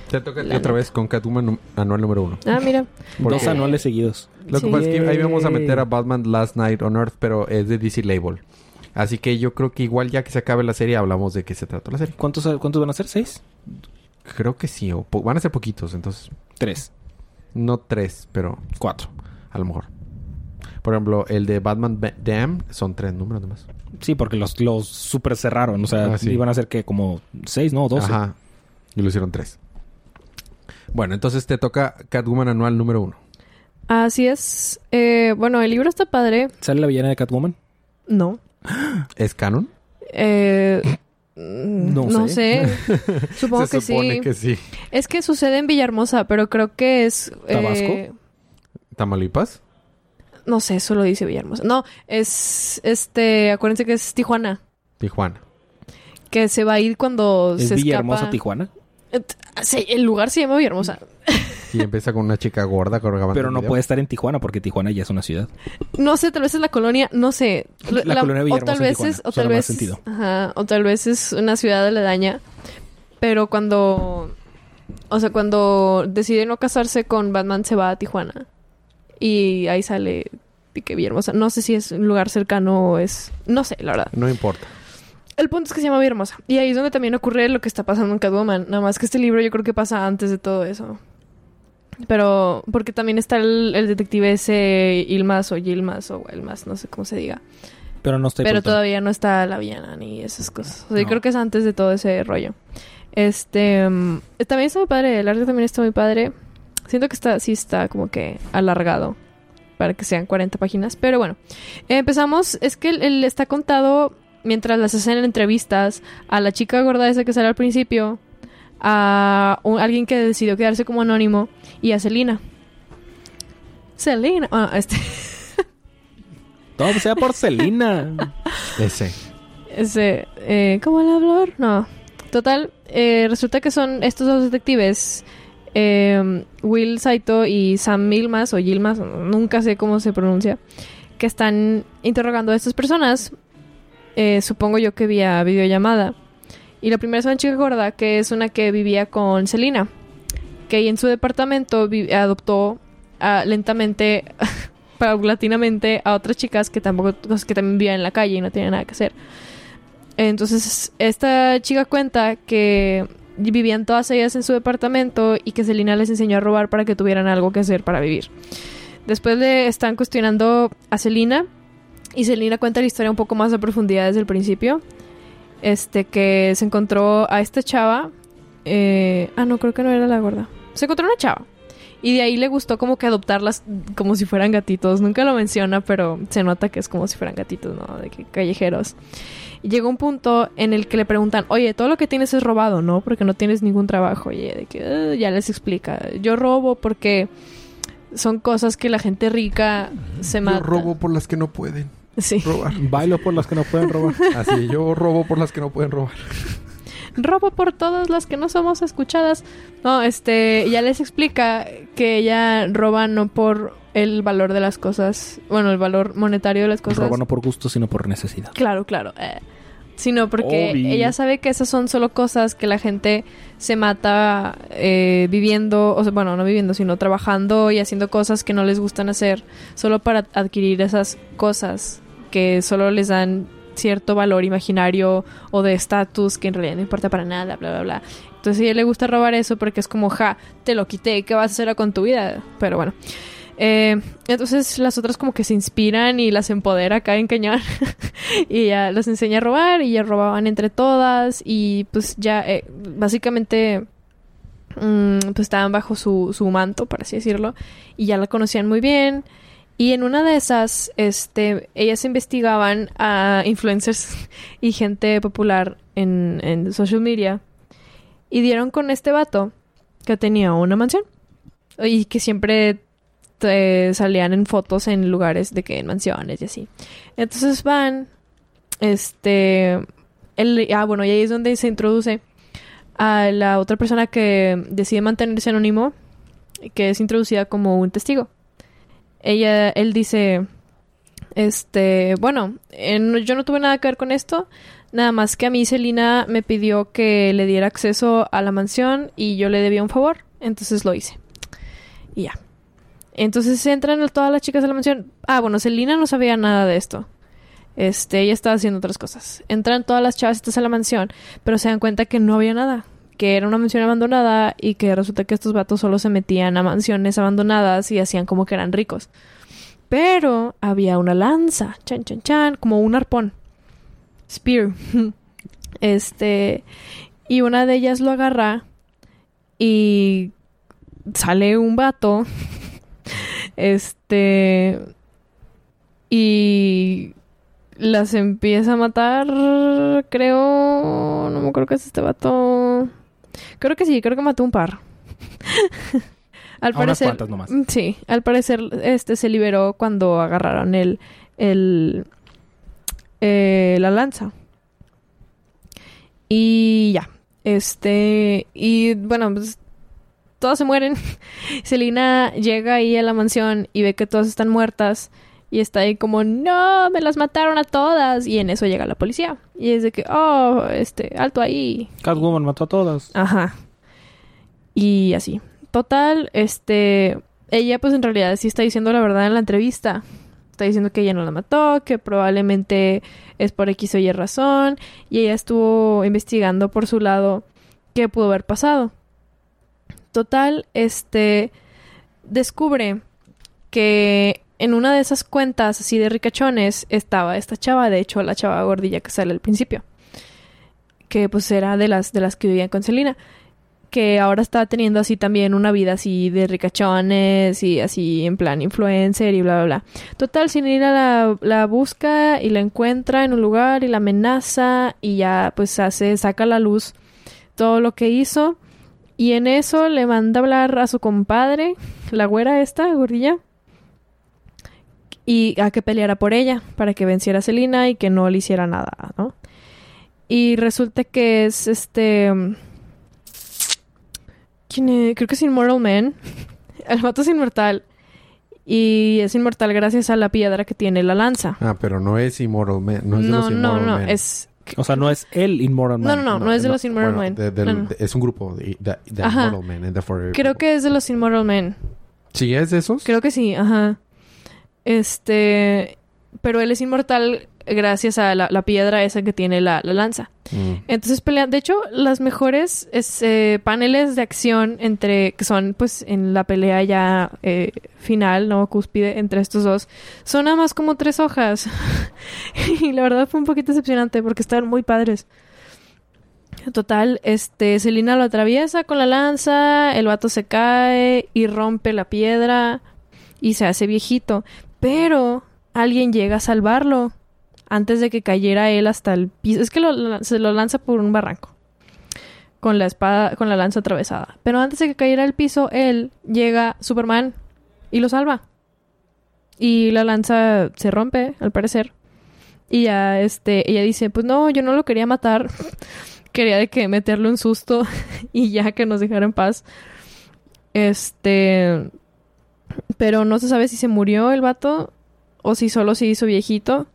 Speaker 1: Te toca a ti
Speaker 3: La
Speaker 1: otra
Speaker 3: neta.
Speaker 1: vez con Catwoman num- anual número uno.
Speaker 3: Ah, mira.
Speaker 1: Porque-
Speaker 2: Dos anuales seguidos.
Speaker 1: Lo que
Speaker 3: Sí.
Speaker 1: pasa es que ahí vamos a meter a
Speaker 2: Yay.
Speaker 1: Batman Last Night on Earth, pero es de DC Label. Así que yo creo que igual ya que se acabe la serie hablamos de qué se trata la serie.
Speaker 2: ¿Cuántos, cuántos van a ser? ¿Seis?
Speaker 1: Creo que sí, o po- van a ser poquitos, entonces
Speaker 2: Tres.
Speaker 1: no tres, pero
Speaker 2: Cuatro.
Speaker 1: a lo mejor. Por ejemplo, el de Batman Ba- Damn son tres números nomás.
Speaker 2: Sí, porque los, los super cerraron. O sea,
Speaker 1: Ah, sí.
Speaker 2: iban a ser que como seis, ¿no? Doce.
Speaker 1: Ajá. Y lo hicieron tres. Bueno, entonces te toca Catwoman anual número uno.
Speaker 3: Así es. Eh, bueno, el libro está padre.
Speaker 2: ¿Sale la villana de Catwoman?
Speaker 3: No.
Speaker 1: ¿Es canon?
Speaker 3: Eh, mm,
Speaker 2: No
Speaker 3: no, sé. Supongo
Speaker 1: se
Speaker 3: que
Speaker 1: supone
Speaker 3: sí.
Speaker 1: que sí.
Speaker 3: Es que sucede en Villahermosa, pero creo que es... eh,
Speaker 2: ¿Tabasco?
Speaker 1: ¿Tamaulipas?
Speaker 3: no sé, eso lo dice Villahermosa. No, es... Este, acuérdense que es Tijuana.
Speaker 1: Tijuana.
Speaker 3: Que se va a ir cuando
Speaker 2: ¿Es
Speaker 3: se
Speaker 2: Villahermosa,
Speaker 3: escapa. Ah,
Speaker 2: Tijuana?
Speaker 3: Sí, el lugar se llama Villahermosa.
Speaker 1: Y empieza con una chica gorda colgando
Speaker 2: Pero
Speaker 1: el
Speaker 2: no
Speaker 1: video.
Speaker 2: puede estar en Tijuana porque Tijuana ya es una ciudad.
Speaker 3: No sé, tal vez es la colonia, no sé.
Speaker 2: La colonia
Speaker 3: o
Speaker 2: Villahermosa
Speaker 3: tal
Speaker 2: en
Speaker 3: vez
Speaker 2: Tijuana,
Speaker 3: es, o
Speaker 2: suena
Speaker 3: tal
Speaker 2: más
Speaker 3: vez,
Speaker 2: sentido.
Speaker 3: ajá, o tal vez es una ciudad aledaña. Pero cuando, o sea, cuando decide no casarse con Batman se va a Tijuana y ahí sale de que Villahermosa. No sé si es un lugar cercano o es, no sé, la verdad.
Speaker 1: No importa.
Speaker 3: El punto es que se llama Villahermosa y ahí es donde también ocurre lo que está pasando en Catwoman. Nada más que este libro yo creo que pasa antes de todo eso. Pero, porque también está el, el detective ese Ilmas o Gilmas o Elmas, no sé cómo se diga.
Speaker 2: Pero no estoy
Speaker 3: Pero
Speaker 2: preguntando.
Speaker 3: todavía no está la villana ni esas cosas. O sea, yo
Speaker 2: No.
Speaker 3: creo que es antes de todo ese rollo. Este. mm, también está muy padre. El arte también está muy padre. Siento que está, sí está como que alargado. Para que sean 40 páginas. Pero bueno. Eh, empezamos. Es que él, él está contado mientras las hacen en entrevistas a la chica gorda esa que sale al principio. A un- alguien que decidió quedarse como anónimo. Y a Selina. Selina. Ah, este.
Speaker 2: Todo pues sea porcelina.
Speaker 1: Ese.
Speaker 3: Ese, eh, ¿Cómo el hablador? No. Total, eh, resulta que son estos dos detectives, eh, Will Saito y Sam Milmas, o Gilmas, nunca sé cómo se pronuncia, que están interrogando a estas personas, eh, supongo yo que vía videollamada. Y la primera es una chica gorda, que es una que vivía con Selina, que ahí en su departamento vi- adoptó ah, lentamente, *laughs* paulatinamente, a otras chicas que tampoco, que también vivían en la calle y no tenían nada que hacer. Entonces, esta chica cuenta que vivían todas ellas en su departamento y que Selina les enseñó a robar para que tuvieran algo que hacer para vivir. Después le están cuestionando a Selina y Selina cuenta la historia un poco más a profundidad desde el principio. Este que se encontró a esta chava. eh, ah, no, creo que no era la gorda. Se encontró una chava. Y de ahí le gustó como que adoptarlas como si fueran gatitos. Nunca lo menciona, pero se nota que es como si fueran gatitos, ¿no? De que callejeros. Y llegó un punto en el que le preguntan, oye, todo lo que tienes es robado, ¿no? Porque no tienes ningún trabajo. Y ella de que "Ah", ya les explica, yo robo porque son cosas que la gente rica se mata.
Speaker 1: Yo robo por las que no pueden
Speaker 3: Sí.
Speaker 1: robar.
Speaker 2: *laughs* Bailo por las que no pueden robar.
Speaker 1: *laughs* Así, yo robo por las que no pueden robar.
Speaker 3: robo por todas las que no somos escuchadas. No, este, ya les explica que ella roba no por el valor de las cosas, bueno, el valor monetario de las *laughs* cosas.
Speaker 2: Robar no por gusto, sino por necesidad.
Speaker 3: Claro, claro. eh, sino porque
Speaker 2: Obvio.
Speaker 3: ella sabe que esas son solo cosas que la gente se mata eh, viviendo, o sea, bueno, no viviendo, sino trabajando y haciendo cosas que no les gustan hacer, solo para adquirir esas cosas que solo les dan cierto valor imaginario o de estatus que en realidad no importa para nada, bla, bla, bla. Entonces a ella le gusta robar eso porque es como, ja, te lo quité, ¿qué vas a hacer con tu vida? Pero bueno. Eh, entonces las otras como que se inspiran y las empodera acá en Cañón *laughs* y ya los enseña a robar y ya robaban entre todas y pues ya eh, básicamente mm, pues estaban bajo su, su manto, por así decirlo, y ya la conocían muy bien. Y en una de esas, este, ellas investigaban a influencers *laughs* y gente popular en, en social media y dieron con este vato que tenía una mansión y que siempre eh, salían en fotos en lugares de que en mansiones y así. Entonces van, este, el, ah, bueno, y ahí es donde se introduce a la otra persona que decide mantenerse anónimo, que es introducida como un testigo. Ella, él dice, este, bueno, eh, no- yo no tuve nada que ver con esto, nada más que a mí Celina me pidió que le diera acceso a la mansión y yo le debía un favor, entonces lo hice. Y ya. Entonces entran todas las chicas a la mansión. Ah, bueno, Celina no sabía nada de esto. Este, ella estaba haciendo otras cosas. Entran todas las chavas estas a la mansión, pero se dan cuenta que no había nada, que era una mansión abandonada y que resulta que estos vatos solo se metían a mansiones abandonadas y hacían como que eran ricos. Pero había una lanza, chan chan chan, como un arpón. Spear. *laughs* Este, y una de ellas lo agarra y sale un vato. *laughs* Este, y las empieza a matar, creo, no me acuerdo que es este vato. Creo que sí, creo que mató un par. *laughs* Al
Speaker 2: A unas
Speaker 3: parecer, Mm.
Speaker 2: cuantas nomás.
Speaker 3: sí, al parecer este se liberó cuando agarraron el el eh, la lanza. Y ya. Este, y bueno, pues todas se mueren. *laughs* Selina llega ahí a la mansión y ve que todas están muertas. Y está ahí como, no, me las mataron a todas. Y en eso llega la policía. Y es de que, oh, este, alto ahí.
Speaker 2: Catwoman mató a todas.
Speaker 3: Ajá. Y así. Total, este. Ella, pues en realidad sí está diciendo la verdad en la entrevista. Está diciendo que ella no la mató, que probablemente es por X o Y razón. Y ella estuvo investigando por su lado qué pudo haber pasado. Total, este. Descubre que en una de esas cuentas así de ricachones estaba esta chava, de hecho, la chava gordilla que sale al principio. Que pues era de las, de las que vivían con Selena que ahora está teniendo así también una vida así de ricachones y así en plan influencer y bla, bla, bla. Total, sin ir a la, la busca y la encuentra en un lugar y la amenaza y ya pues hace, saca a la luz todo lo que hizo. Y en eso le manda a hablar a su compadre, la güera esta, gordilla, y a que peleara por ella, para que venciera a Selina y que no le hiciera nada, ¿no? Y resulta que es este... ¿Quién es? Creo que es Immortal Man. *laughs* El vato es inmortal. Y es inmortal gracias a la piedra que tiene la lanza.
Speaker 1: Ah, pero no es Immortal Man. No, es de
Speaker 3: no,
Speaker 1: los
Speaker 3: no,
Speaker 1: Immortal
Speaker 3: no,
Speaker 1: Men.
Speaker 3: Es...
Speaker 2: O sea, no es el Inmoral Man.
Speaker 3: No, no, no, no es de los Immortal
Speaker 1: Bueno,
Speaker 3: Men.
Speaker 1: de- del-
Speaker 3: No, no.
Speaker 1: de- es un grupo de, de- de
Speaker 3: Ajá.
Speaker 1: Immortal Men and the Forever
Speaker 3: Creo
Speaker 1: People.
Speaker 3: que es de los Immortal Men.
Speaker 1: ¿Sí es de esos?
Speaker 3: Creo que sí, ajá. Este... Pero él es inmortal gracias a la, la piedra esa que tiene la- la lanza.
Speaker 1: Mm.
Speaker 3: Entonces pelean. De hecho, las mejores es, eh, paneles de acción entre que son, pues, en la pelea ya eh, final, no cúspide entre estos dos, son nada más como tres *laughs* hojas. y la verdad fue un poquito decepcionante porque estaban muy padres. Total, este, Selina lo atraviesa con la lanza, el vato se cae y rompe la piedra y se hace viejito. Pero alguien llega a salvarlo antes de que cayera él hasta el piso. Es que lo la- se lo lanza por un barranco con la espada, con la lanza atravesada. Pero antes de que cayera al piso, él llega Superman y lo salva. Y la lanza se rompe, al parecer. Y ya, este, ella dice, pues no, yo no lo quería matar. *laughs* quería de que meterle un susto *laughs* y ya que nos dejara en paz. Este, pero no se sabe si se murió el vato o si solo se hizo viejito.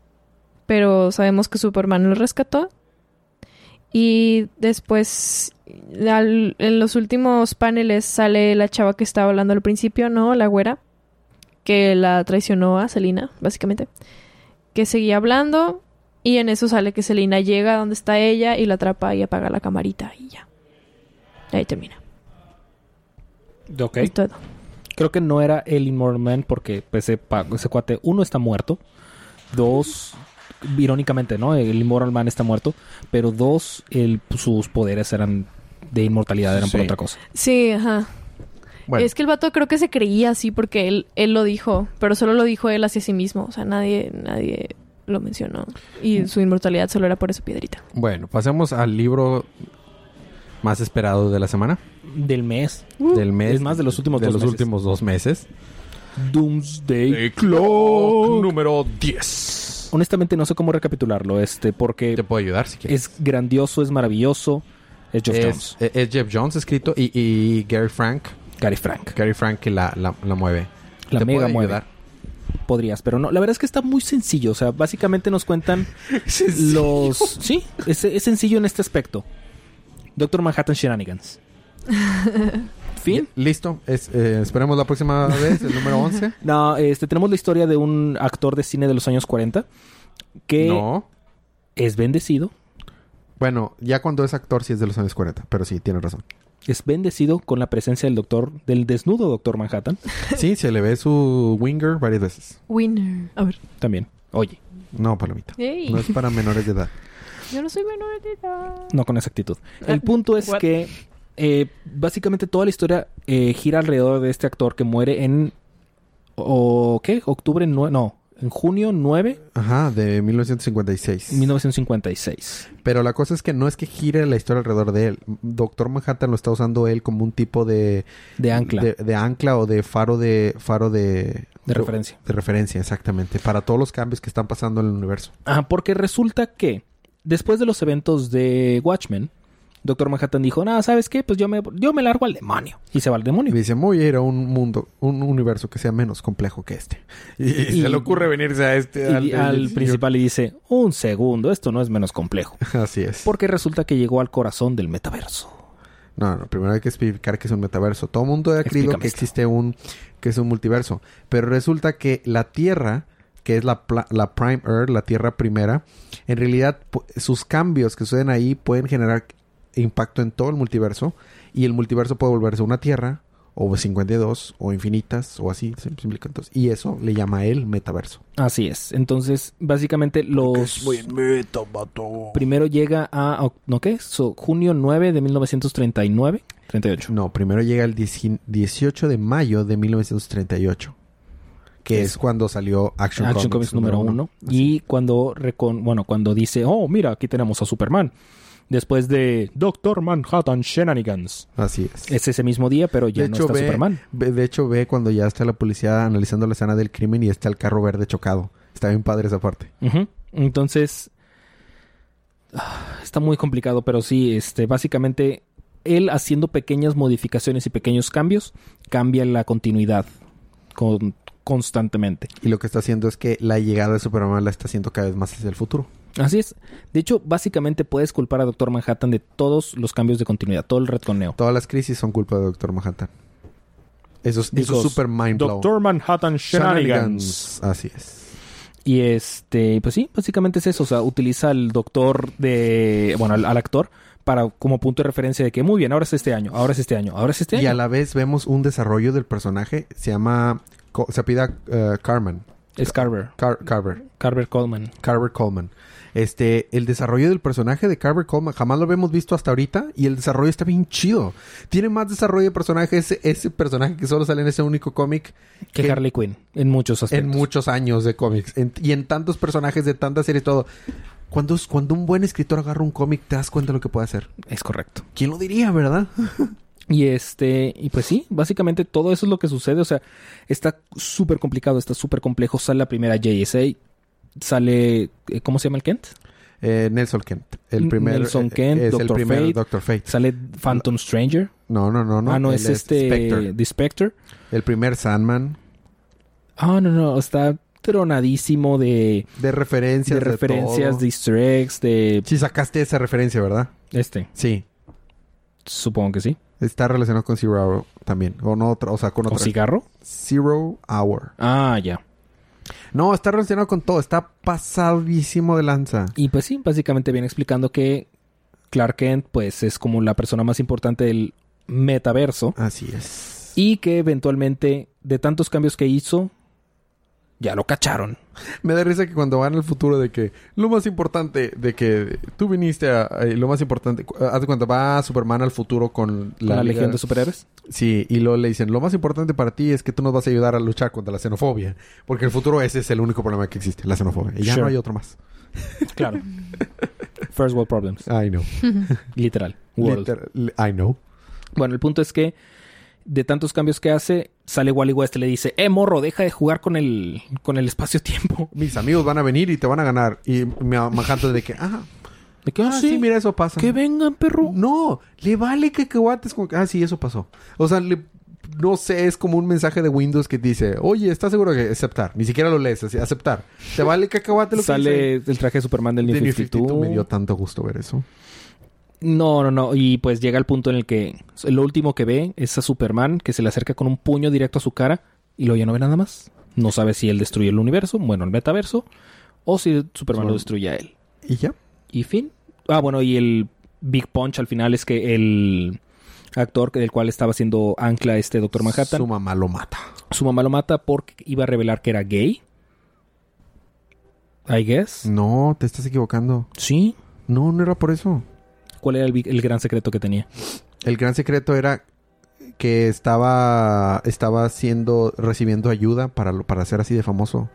Speaker 3: Pero sabemos que Superman lo rescató. Y después, al- en los últimos paneles, sale la chava que estaba hablando al principio, ¿no? La güera. Que la traicionó a Selina, básicamente. Que seguía hablando. Y en eso sale que Selina llega a donde está ella y la atrapa y apaga la camarita y ya. Ahí termina.
Speaker 2: Ok.
Speaker 3: Es todo.
Speaker 2: Creo que no era el Immortal Man porque pues, ese, pa- ese cuate, uno, está muerto. Dos, irónicamente, ¿no? El Immortal Man está muerto. Pero dos, el- sus poderes eran de inmortalidad, eran por
Speaker 1: Sí.
Speaker 2: otra cosa.
Speaker 3: Sí, ajá.
Speaker 1: Bueno,
Speaker 3: Es que el vato creo que se creía así porque él, él lo dijo, pero solo lo dijo él hacia sí mismo. O sea, nadie, nadie lo mencionó.
Speaker 1: Mm.
Speaker 3: Y su inmortalidad solo era por esa piedrita.
Speaker 1: bueno, pasemos al libro más esperado de la semana,
Speaker 2: Del mes.
Speaker 3: Uh.
Speaker 1: del mes.
Speaker 2: Es más, de los últimos
Speaker 1: de
Speaker 2: dos
Speaker 1: los
Speaker 2: meses.
Speaker 1: últimos dos meses.
Speaker 2: Doomsday
Speaker 1: Clock número 10.
Speaker 2: Honestamente, no sé cómo recapitularlo,
Speaker 1: Te
Speaker 2: este, porque
Speaker 1: puedo ayudar si quieres.
Speaker 2: es grandioso, es maravilloso. Es Geoff
Speaker 1: Es,
Speaker 2: Jones,
Speaker 1: es- es Jeff Jones escrito y, y Gary Frank.
Speaker 2: Gary Frank.
Speaker 1: Gary Frank que la, la- la mueve.
Speaker 2: La
Speaker 1: ¿Te puedo
Speaker 2: mega mueve.
Speaker 1: ayudar?
Speaker 2: Podrías, pero no. La verdad es que está muy sencillo. O sea, básicamente
Speaker 1: *laughs*
Speaker 2: nos cuentan los. Sí, es, es sencillo en este aspecto. Doctor Manhattan Shenanigans. fin.
Speaker 1: Listo. Es, eh, esperemos la próxima *laughs* vez, el número
Speaker 2: *laughs*
Speaker 1: 11.
Speaker 2: No, este, tenemos la historia de un actor de cine de los años 40 que
Speaker 1: No.
Speaker 2: es bendecido.
Speaker 1: Bueno, ya cuando es actor sí es de los años 40, pero sí, tiene
Speaker 2: *laughs*
Speaker 1: razón.
Speaker 2: Es bendecido con la presencia del doctor, del desnudo Doctor Manhattan.
Speaker 1: Sí, se le ve su winger varias veces.
Speaker 3: Winner. A ver.
Speaker 2: También. Oye,
Speaker 1: No, palomita.
Speaker 3: Ey,
Speaker 1: No es para menores de edad.
Speaker 3: Yo no soy menor de edad.
Speaker 2: no con esa actitud. El punto es
Speaker 3: What?
Speaker 2: que eh, básicamente toda la historia eh, gira alrededor de este actor que muere en... ¿O qué? Octubre 9... No, en junio 9,
Speaker 1: Ajá, de 1956.
Speaker 2: 1956.
Speaker 1: Pero la cosa es que no es que gire la historia alrededor de él. Doctor Manhattan lo está usando él como un tipo de
Speaker 2: De ancla.
Speaker 1: de, de ancla o de faro de faro de
Speaker 2: De referencia.
Speaker 1: De referencia, exactamente, para todos los cambios que están pasando en el universo.
Speaker 2: Ah, porque resulta que después de los eventos de Watchmen, Doctor Manhattan dijo, nada, ¿sabes qué? Pues yo me, yo me largo al demonio. Y se va al
Speaker 1: Y
Speaker 2: demonio.
Speaker 1: dice, voy a ir a un mundo, un universo que sea menos complejo que este. Y,
Speaker 2: Y-
Speaker 1: se le ocurre venirse a este
Speaker 2: Y al principal y dice, un segundo, esto no es menos complejo.
Speaker 1: Así es.
Speaker 2: Porque resulta que llegó al corazón del metaverso.
Speaker 1: No, no, primero hay que explicar que es un metaverso. Todo el mundo ha creído
Speaker 2: Explícame
Speaker 1: que
Speaker 2: esto.
Speaker 1: existe un que es un multiverso, pero resulta que la Tierra, que es la, pla- la Prime Earth, la Tierra primera, en realidad pu- sus cambios que suceden ahí pueden generar impacto en todo el multiverso y el multiverso puede volverse una Tierra o 52 o infinitas o así, sim- simple- entonces, y eso le llama el metaverso.
Speaker 2: Así es. Entonces, básicamente los... Primero llega a... oc- ¿No qué? So, junio 9 de 1939. 38.
Speaker 1: No, primero llega el 10 18 de mayo de 1938. Que es,
Speaker 2: Es-
Speaker 1: cuando salió Action,
Speaker 2: Action Comics Ah, número uno. Y cuando recon- bueno, cuando dice, oh, mira, aquí tenemos a Superman. Después de Doctor Manhattan Shenanigans.
Speaker 1: Así es.
Speaker 2: Es ese mismo día, pero ya
Speaker 1: de,
Speaker 2: no
Speaker 1: hecho,
Speaker 2: está
Speaker 1: ve,
Speaker 2: Superman.
Speaker 1: ve- de hecho, ve cuando ya está la policía analizando la escena del crimen y está el carro verde chocado. Está bien padre esa parte.
Speaker 2: Ujú. Entonces. ah, Está muy complicado, pero sí, este, básicamente, él haciendo pequeñas modificaciones y pequeños cambios, cambia la continuidad con- constantemente.
Speaker 1: Y lo que está haciendo es que la llegada de Superman la está haciendo cada vez más hacia el futuro.
Speaker 2: Así es. De hecho, básicamente puedes culpar a Doctor Manhattan de todos los cambios de continuidad, todo el retconeo.
Speaker 1: Todas las crisis son culpa de Doctor Manhattan. Eso es, eso es
Speaker 2: Because
Speaker 1: super mind blow.
Speaker 2: Doctor Manhattan Shenanigans.
Speaker 1: Shenanigans. Así es.
Speaker 2: Y este, pues sí, básicamente es eso. O sea, utiliza al doctor de. Bueno, al, al actor para como punto de referencia de que muy bien, ahora es este año, ahora es este año, ahora es este
Speaker 1: Y
Speaker 2: año.
Speaker 1: a la vez vemos un desarrollo del personaje. Se llama... Co- Se apida eh, Carmen.
Speaker 2: Es Carver.
Speaker 1: Car- Carver.
Speaker 2: Carver Coleman.
Speaker 1: Carver Coleman. Este, el desarrollo del personaje de Carver Coleman jamás lo habíamos visto hasta ahorita y el desarrollo está bien chido. Tiene más desarrollo de personaje ese, ese personaje que solo sale en ese único cómic
Speaker 2: Que
Speaker 1: Que-
Speaker 2: Harley Quinn. En muchos
Speaker 1: en
Speaker 2: aspectos.
Speaker 1: muchos años de cómics en- y en tantos personajes de tantas series todo. Cuando, es- cuando un buen escritor agarra un cómic te das cuenta de lo que puede hacer.
Speaker 2: Es correcto.
Speaker 1: ¿Quién lo diría, verdad?
Speaker 2: Y este, y pues sí, básicamente todo eso es lo que sucede. O sea, está súper complicado, está súper complejo. Sale la primera JSA. Sale, eh, ¿cómo se llama el Kent?
Speaker 1: Eh, Nelson Kent. El primer,
Speaker 2: Nelson
Speaker 1: eh,
Speaker 2: Kent,
Speaker 1: es el
Speaker 2: Dr.
Speaker 1: primer
Speaker 2: Fate.
Speaker 1: Dr. Fate.
Speaker 2: Sale Phantom Stranger.
Speaker 1: No, no, no, no.
Speaker 2: ah, no,
Speaker 1: Él
Speaker 2: es este
Speaker 1: Spectre.
Speaker 2: The Spectre.
Speaker 1: El primer Sandman.
Speaker 2: Ah, no, no, está tronadísimo de,
Speaker 1: De
Speaker 2: de
Speaker 1: referencias.
Speaker 2: referencias,
Speaker 1: todo.
Speaker 2: de easter eggs, de
Speaker 1: Sí, sacaste esa referencia, ¿verdad?
Speaker 2: este,
Speaker 1: Sí.
Speaker 2: supongo que sí.
Speaker 1: Está relacionado con Zero Hour también. O no otra, o sea, con
Speaker 2: ¿O
Speaker 1: otra.
Speaker 2: cigarro?
Speaker 1: Zero Hour.
Speaker 2: Ah, ya.
Speaker 1: No, está relacionado con todo. Está pasadísimo de lanza.
Speaker 2: Y pues sí, básicamente viene explicando que Clark Kent, pues, es como la persona más importante del metaverso.
Speaker 1: Así es.
Speaker 2: Y que eventualmente, de tantos cambios que hizo, ya lo cacharon.
Speaker 1: Me da risa que cuando van al futuro de que lo más importante de que tú viniste a... eh, lo más importante... cu- Haz de cuenta, va Superman al futuro con
Speaker 2: La,
Speaker 1: Liga-
Speaker 2: Legión de Superhéroes.
Speaker 1: Sí, y luego le dicen, lo más importante para ti es que tú nos vas a ayudar a luchar contra la xenofobia. Porque el futuro ese es el único problema que existe, la xenofobia. Y ya
Speaker 2: Sure.
Speaker 1: no hay otro más.
Speaker 2: *laughs* Claro. *laughs* First World Problems.
Speaker 1: I know.
Speaker 2: Literal. World.
Speaker 1: Liter- li- I know.
Speaker 2: Bueno, el punto es que de tantos cambios que hace, sale Wally West y le dice, eh, morro, deja de jugar con el, con el espacio-tiempo.
Speaker 1: Mis amigos van a venir y te van a ganar. Y me Manhattan de que, ah,
Speaker 2: ¿De qué?
Speaker 1: ah, sí, mira, eso pasa.
Speaker 2: Que vengan, perro.
Speaker 1: No, le vale cacahuates con... Ah, sí, eso pasó. O sea, le- No sé, es como un mensaje de Windows que dice, oye, ¿estás seguro que aceptar? Ni siquiera lo lees, así, aceptar. ¿Te vale cacahuate lo que dice?
Speaker 2: Sale el traje de Superman del
Speaker 1: De
Speaker 2: New
Speaker 1: New
Speaker 2: 52.
Speaker 1: 52. Me dio tanto gusto ver eso.
Speaker 2: No, no, no. Y pues llega el punto en el que lo último que ve es a Superman que se le acerca con un puño directo a su cara y luego ya no ve nada más. No sabe si él destruye el universo, bueno, el metaverso, o si Superman
Speaker 1: Bueno.
Speaker 2: lo destruye a él.
Speaker 1: Y ya.
Speaker 2: Y fin. Ah, bueno, y el Big Punch al final es que el actor que- del cual estaba siendo ancla este Doctor Manhattan,
Speaker 1: Su
Speaker 2: su,
Speaker 1: mamá lo mata.
Speaker 2: mamá lo mata porque iba a revelar que era gay. I
Speaker 1: Mm.
Speaker 2: guess.
Speaker 1: No, te estás equivocando.
Speaker 2: Sí.
Speaker 1: No, no era por eso.
Speaker 2: ¿Cuál era el, big- el gran secreto que tenía?
Speaker 1: El gran secreto era que estaba estaba haciendo recibiendo ayuda para lo- para ser así de famoso.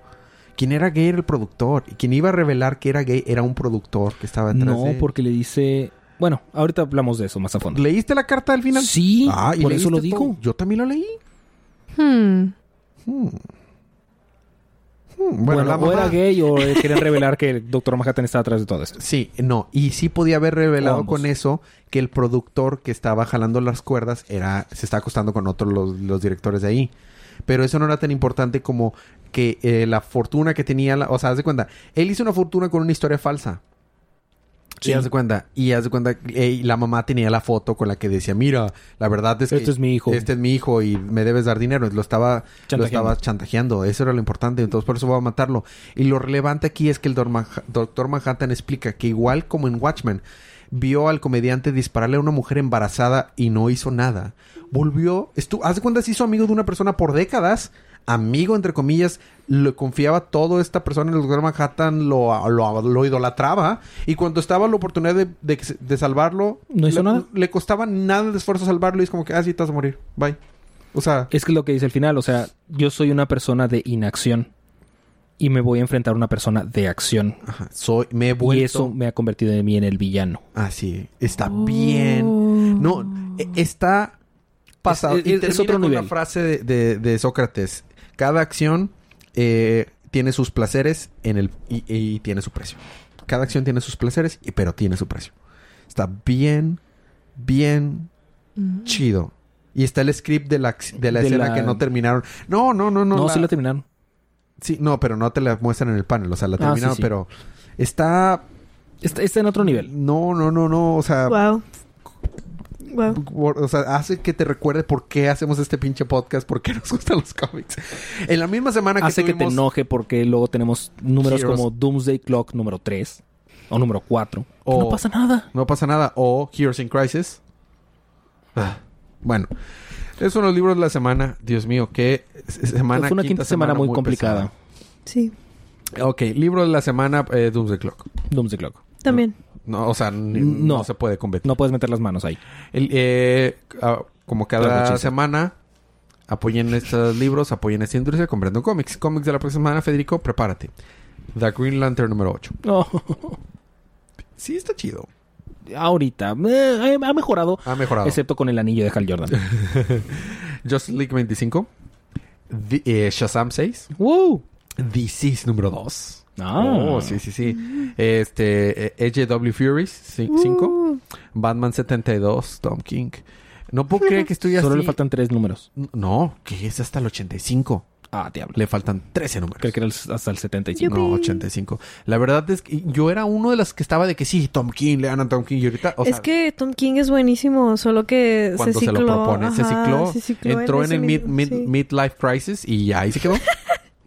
Speaker 1: Quien era gay era el productor y quien iba a revelar que era gay era un productor que estaba detrás
Speaker 2: No,
Speaker 1: de-
Speaker 2: porque le dice. Bueno, ahorita hablamos de eso más a fondo.
Speaker 1: ¿Leíste la carta al final?
Speaker 2: Sí,
Speaker 1: Ah, ¿y
Speaker 2: por
Speaker 1: leíste
Speaker 2: eso lo
Speaker 1: todo?
Speaker 2: digo.
Speaker 1: Yo también lo leí.
Speaker 3: Hmm.
Speaker 1: Hmm. Hmm,
Speaker 2: Bueno,
Speaker 1: Bueno, la
Speaker 2: o
Speaker 1: mamá-
Speaker 2: era
Speaker 1: *laughs*
Speaker 2: gay o eh, querían revelar que el Doctor Manhattan estaba atrás de todo esto.
Speaker 1: Sí, no, y sí podía haber revelado
Speaker 2: ambos.
Speaker 1: con eso que el productor que estaba jalando las cuerdas era se está acostando con otros los, los directores de ahí. Pero eso no era tan importante como que eh, la fortuna que tenía, la- o sea, haz de cuenta, él hizo una fortuna con una historia falsa.
Speaker 2: Sí.
Speaker 1: Y haz de cuenta, y haz de cuenta, eh, y la mamá tenía la foto con la que decía, mira, la verdad es que
Speaker 2: Este es mi hijo.
Speaker 1: este es mi hijo y me debes dar dinero. Lo estaba, lo
Speaker 2: Chantajeando.
Speaker 1: estaba chantajeando. Eso era lo importante. Entonces, por eso voy a matarlo. Y lo relevante aquí es que el doctor Manhattan explica que, igual como en Watchmen, vio al comediante dispararle a una mujer embarazada y no hizo nada. Volvió, estuvo, hace cuenta, se hizo amigo de una persona por décadas. Amigo, entre comillas, le confiaba todo a esta persona en el doctor Manhattan, lo, lo, lo idolatraba. Y cuando estaba la oportunidad de, de- de salvarlo,
Speaker 2: No hizo
Speaker 1: le-
Speaker 2: nada.
Speaker 1: le costaba nada de esfuerzo salvarlo y es como que, ah, sí, te vas a morir. Bye. O sea,
Speaker 2: Es que es lo que dice al final, o sea, yo soy una persona de inacción y me voy a enfrentar a una persona de acción.
Speaker 1: ajá, soy, me he vuelto.
Speaker 2: Y eso me ha convertido de mí en el villano.
Speaker 1: Así, está bien.
Speaker 3: Oh.
Speaker 1: No,
Speaker 3: Mm.
Speaker 1: e- está pasado.
Speaker 2: Es-
Speaker 1: y
Speaker 2: es- es
Speaker 1: termina
Speaker 2: otro
Speaker 1: con
Speaker 2: nivel.
Speaker 1: la frase de, de- de Sócrates. Cada acción eh, tiene sus placeres en el, y, y tiene su precio. Cada acción tiene sus placeres, y, pero tiene su precio. Está bien, bien
Speaker 3: Mm.
Speaker 1: chido. Y está el script de la, ac- de la
Speaker 2: De
Speaker 1: escena
Speaker 2: la-
Speaker 1: que no terminaron. No, no, no, no.
Speaker 2: No,
Speaker 1: la-
Speaker 2: sí lo terminaron.
Speaker 1: Sí, no, pero no te la muestran en el panel, o sea, la
Speaker 2: Ah, sí,
Speaker 1: terminaron,
Speaker 2: sí.
Speaker 1: pero está
Speaker 2: Está, está en otro nivel.
Speaker 1: no, no, no, no, o sea,
Speaker 3: Wow. Wow.
Speaker 1: por- o sea, hace que te recuerde por qué hacemos este pinche podcast, por qué nos gustan los cómics. En la misma semana que
Speaker 2: Hace que te
Speaker 1: tuvimos-
Speaker 2: enoje porque luego tenemos números
Speaker 1: Heroes.
Speaker 2: como Doomsday Clock número 3 o número 4.
Speaker 1: O-
Speaker 2: No pasa nada.
Speaker 1: no pasa nada o Heroes in Crisis. Ah, bueno, esos son los libros de la semana. Dios mío, qué se- semana
Speaker 2: Fue una quinta semana muy complicada.
Speaker 1: pesada.
Speaker 3: Sí,
Speaker 1: Ok, libro de la semana, eh, Doomsday Clock.
Speaker 2: Doomsday Clock.
Speaker 3: también.
Speaker 1: No, o sea, n- no,
Speaker 2: No.
Speaker 1: se puede competir.
Speaker 2: No puedes meter las manos ahí.
Speaker 1: El, eh, ah, como
Speaker 2: Claro,
Speaker 1: cada
Speaker 2: chiste.
Speaker 1: semana, apoyen estos libros, apoyen esta industria comprando cómics. Cómics de la próxima semana, Federico, prepárate. The Green Lantern número 8.
Speaker 2: No. *laughs*
Speaker 1: Sí, está chido.
Speaker 2: Ahorita. eh, ha mejorado.
Speaker 1: Ha mejorado.
Speaker 2: Excepto con el anillo de Hal
Speaker 1: *laughs*
Speaker 2: Jordan.
Speaker 1: Justice League 25. The- eh, Shazam 6.
Speaker 2: ¡Wow!
Speaker 1: Disease número 2.
Speaker 2: Ah.
Speaker 1: Oh, sí, sí, sí. Este, eh, AJW Furies 5.
Speaker 3: Uh,
Speaker 1: Batman 72, Tom King. No puedo creer que estoy así.
Speaker 2: *laughs* Solo le faltan tres números.
Speaker 1: No, que es hasta el 85.
Speaker 2: Ah, diablo.
Speaker 1: Le faltan 13 números.
Speaker 2: Creo que era el- hasta el 75.
Speaker 1: No,
Speaker 3: Yupi.
Speaker 1: 85. La verdad es que yo era uno de las que estaba de que sí, Tom King, le ganan a Tom King. Y ahorita, o
Speaker 3: es
Speaker 1: sea,
Speaker 3: que Tom King es buenísimo, solo que
Speaker 1: cuando
Speaker 3: se
Speaker 1: se,
Speaker 3: cicló.
Speaker 1: lo propone, se
Speaker 3: ajá,
Speaker 1: cicló,
Speaker 3: se cicló
Speaker 1: entró en,
Speaker 3: ese
Speaker 1: el mid,
Speaker 3: mismo-
Speaker 1: mid-
Speaker 3: sí.
Speaker 1: midlife crisis y ya ahí se
Speaker 3: *laughs*
Speaker 1: quedó.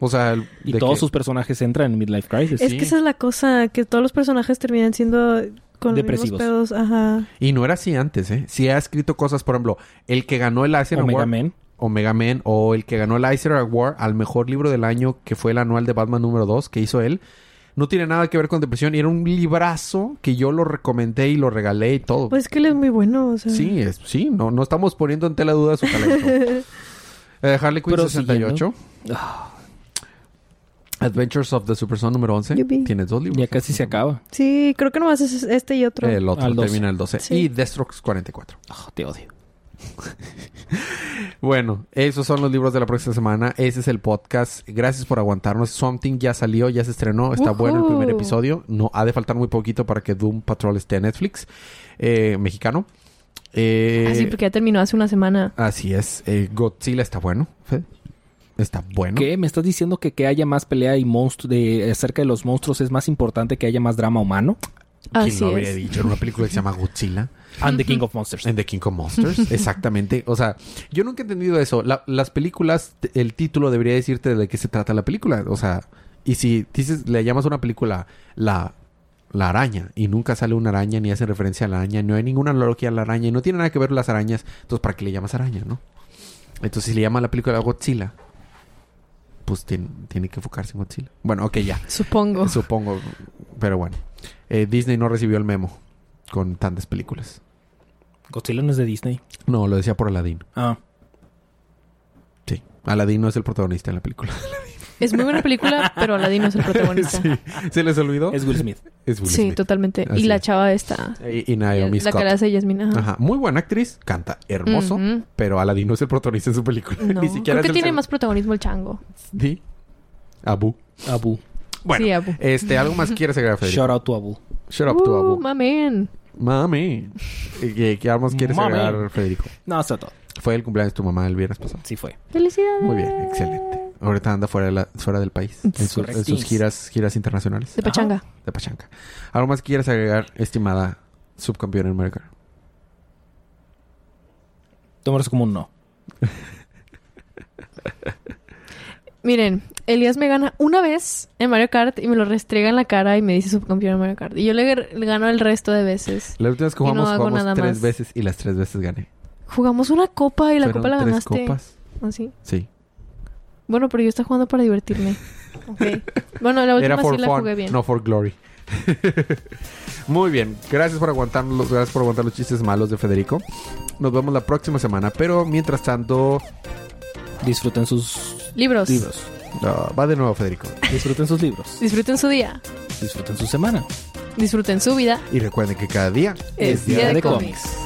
Speaker 1: o sea, el-
Speaker 2: Y
Speaker 1: de
Speaker 2: todos
Speaker 1: que-
Speaker 2: sus personajes entran en Midlife
Speaker 1: Es-
Speaker 2: Crisis.
Speaker 3: Es
Speaker 1: Pues sí.
Speaker 3: que esa es la cosa, que todos los personajes terminan siendo con
Speaker 2: Depresivos.
Speaker 3: los mismos pedos. Ajá.
Speaker 1: Y no era así antes, ¿eh? Sí ha escrito cosas, por ejemplo, el que ganó el Eisner
Speaker 2: Omega
Speaker 1: Award.
Speaker 2: Man.
Speaker 1: Omega Man o el que ganó el Eisner Award al mejor libro del año, que fue el anual de Batman número 2 que hizo él. No tiene nada que ver con depresión y era un librazo que yo lo recomendé y lo regalé y todo.
Speaker 3: Pues es que él es muy bueno, o sea.
Speaker 1: sí, es- sí, no, no estamos poniendo en tela de duda su talento. Eh, Harley Quinn
Speaker 2: Pero
Speaker 1: 68. Ah. Adventures of the Superson número 11.
Speaker 3: Yupi.
Speaker 1: Tienes dos libros.
Speaker 2: Ya casi se acaba.
Speaker 3: Sí, creo que nomás es este y otro.
Speaker 1: El otro
Speaker 2: Al 12.
Speaker 1: termina el 12.
Speaker 3: Sí.
Speaker 1: Y Deathstroke 44.
Speaker 2: Ah, te odio.
Speaker 1: Bueno, esos son los libros de la próxima semana. Ese es el podcast. Gracias por aguantarnos. Something ya salió, ya se estrenó. Está
Speaker 3: Ujú.
Speaker 1: bueno el primer episodio. No, ha de faltar muy poquito para que Doom Patrol esté en Netflix eh, mexicano. Eh,
Speaker 3: Así Ah, porque ya terminó hace una semana.
Speaker 1: así es. Eh, Godzilla está bueno. Fede. Está bueno.
Speaker 2: ¿Qué? ¿Me estás diciendo que que haya más pelea y monstruo de acerca de los monstruos es más importante que haya más drama humano?
Speaker 1: ¿Quién
Speaker 3: Así
Speaker 1: lo habría
Speaker 3: es.
Speaker 1: dicho? Era una película que se llama
Speaker 3: *laughs*
Speaker 1: Godzilla.
Speaker 2: And the King
Speaker 1: *laughs*
Speaker 2: of Monsters.
Speaker 1: En The King of Monsters, exactamente. O sea, yo nunca he entendido eso. La- las películas, t- el título debería decirte de qué se trata la película. O sea, y si dices, le llamas a una película la, la araña y nunca sale una araña ni hace referencia a la araña, no hay ninguna analogía a la araña y no tiene nada que ver las arañas, entonces ¿para qué le llamas araña, no? Entonces, si le llamas a la película Godzilla, pues tiene, tiene que enfocarse en Godzilla. Bueno, ok, ya. *laughs*
Speaker 3: Supongo.
Speaker 1: Supongo, pero bueno. Eh, Disney no recibió el memo con tantas películas.
Speaker 2: Godzilla no es de Disney.
Speaker 1: No, lo decía por Aladdin.
Speaker 2: Ah.
Speaker 1: Sí. Aladdin no es el protagonista en la película.
Speaker 3: Es muy buena película, pero Aladdin no es
Speaker 1: *laughs*
Speaker 3: el protagonista.
Speaker 1: Sí. ¿Se les olvidó?
Speaker 2: Es Will Smith.
Speaker 1: Es Will
Speaker 3: Sí,
Speaker 1: Smith.
Speaker 3: totalmente.
Speaker 1: Así
Speaker 3: y la
Speaker 1: es.
Speaker 3: chava esta.
Speaker 1: Y, y Naomi
Speaker 3: la
Speaker 1: Scott.
Speaker 3: que la hace Yasmina. ajá.
Speaker 1: Ajá. Muy buena actriz. Canta hermoso.
Speaker 3: Ujú.
Speaker 1: Pero Aladdin no es el protagonista en su película.
Speaker 3: No.
Speaker 1: *laughs* Ni siquiera
Speaker 3: Creo
Speaker 1: es
Speaker 3: que
Speaker 1: el
Speaker 3: tiene
Speaker 1: segundo.
Speaker 3: más protagonismo el chango.
Speaker 1: Sí. Abu.
Speaker 2: Abu.
Speaker 1: Bueno.
Speaker 3: Sí, Abu.
Speaker 1: Este, ¿algo más quieres agregar, Federico?
Speaker 2: Shout out to Abu.
Speaker 1: Shut up to
Speaker 3: Uh,
Speaker 1: Abu.
Speaker 3: mamen.
Speaker 1: Mami. Eh, ¿Qué, qué más quieres
Speaker 2: Mami.
Speaker 1: agregar, Federico?
Speaker 2: No, está todo.
Speaker 1: Fue el cumpleaños de tu mamá el viernes pasado.
Speaker 2: Sí fue.
Speaker 3: Felicidades.
Speaker 1: Muy bien, excelente. Ahorita anda fuera, de la- fuera del país. En, su- en sus
Speaker 2: Correctís.
Speaker 1: giras, giras internacionales.
Speaker 3: De pachanga.
Speaker 1: de Pachanca. ¿Algo más que quieras agregar, estimada subcampeona en America?
Speaker 2: Tomarse como un no.
Speaker 3: Miren, Elías me gana una vez en Mario Kart y me lo restriega en la cara y me dice subcampeón en Mario Kart. Y yo le, le gano el resto de veces.
Speaker 1: La última vez que
Speaker 3: Y no
Speaker 1: jugamos,
Speaker 3: hago
Speaker 1: jugamos
Speaker 3: nada
Speaker 1: tres
Speaker 3: más.
Speaker 1: veces y las tres veces gané.
Speaker 3: Jugamos una copa y la
Speaker 1: Fueron
Speaker 3: copa la
Speaker 1: tres
Speaker 3: ganaste.
Speaker 1: copas?
Speaker 3: Así.
Speaker 1: Sí.
Speaker 3: Bueno, pero yo estaba jugando
Speaker 1: *laughs*
Speaker 3: para divertirme. Ok. Bueno, la última
Speaker 1: Era for
Speaker 3: sí la
Speaker 1: fun,
Speaker 3: jugué bien.
Speaker 1: no for glory. *laughs* Muy bien, gracias por aguantarnos, gracias por aguantar los chistes malos de Federico. Nos vemos la próxima semana, pero mientras tanto,
Speaker 2: Disfruten sus
Speaker 3: Libros.
Speaker 2: libros.
Speaker 1: ah, va de nuevo Federico.
Speaker 2: Disfruten sus libros.
Speaker 3: Disfruten su día.
Speaker 2: Disfruten su semana.
Speaker 3: Disfruten su vida.
Speaker 1: Y recuerden que cada día
Speaker 3: Es día de cómics.
Speaker 2: cómics.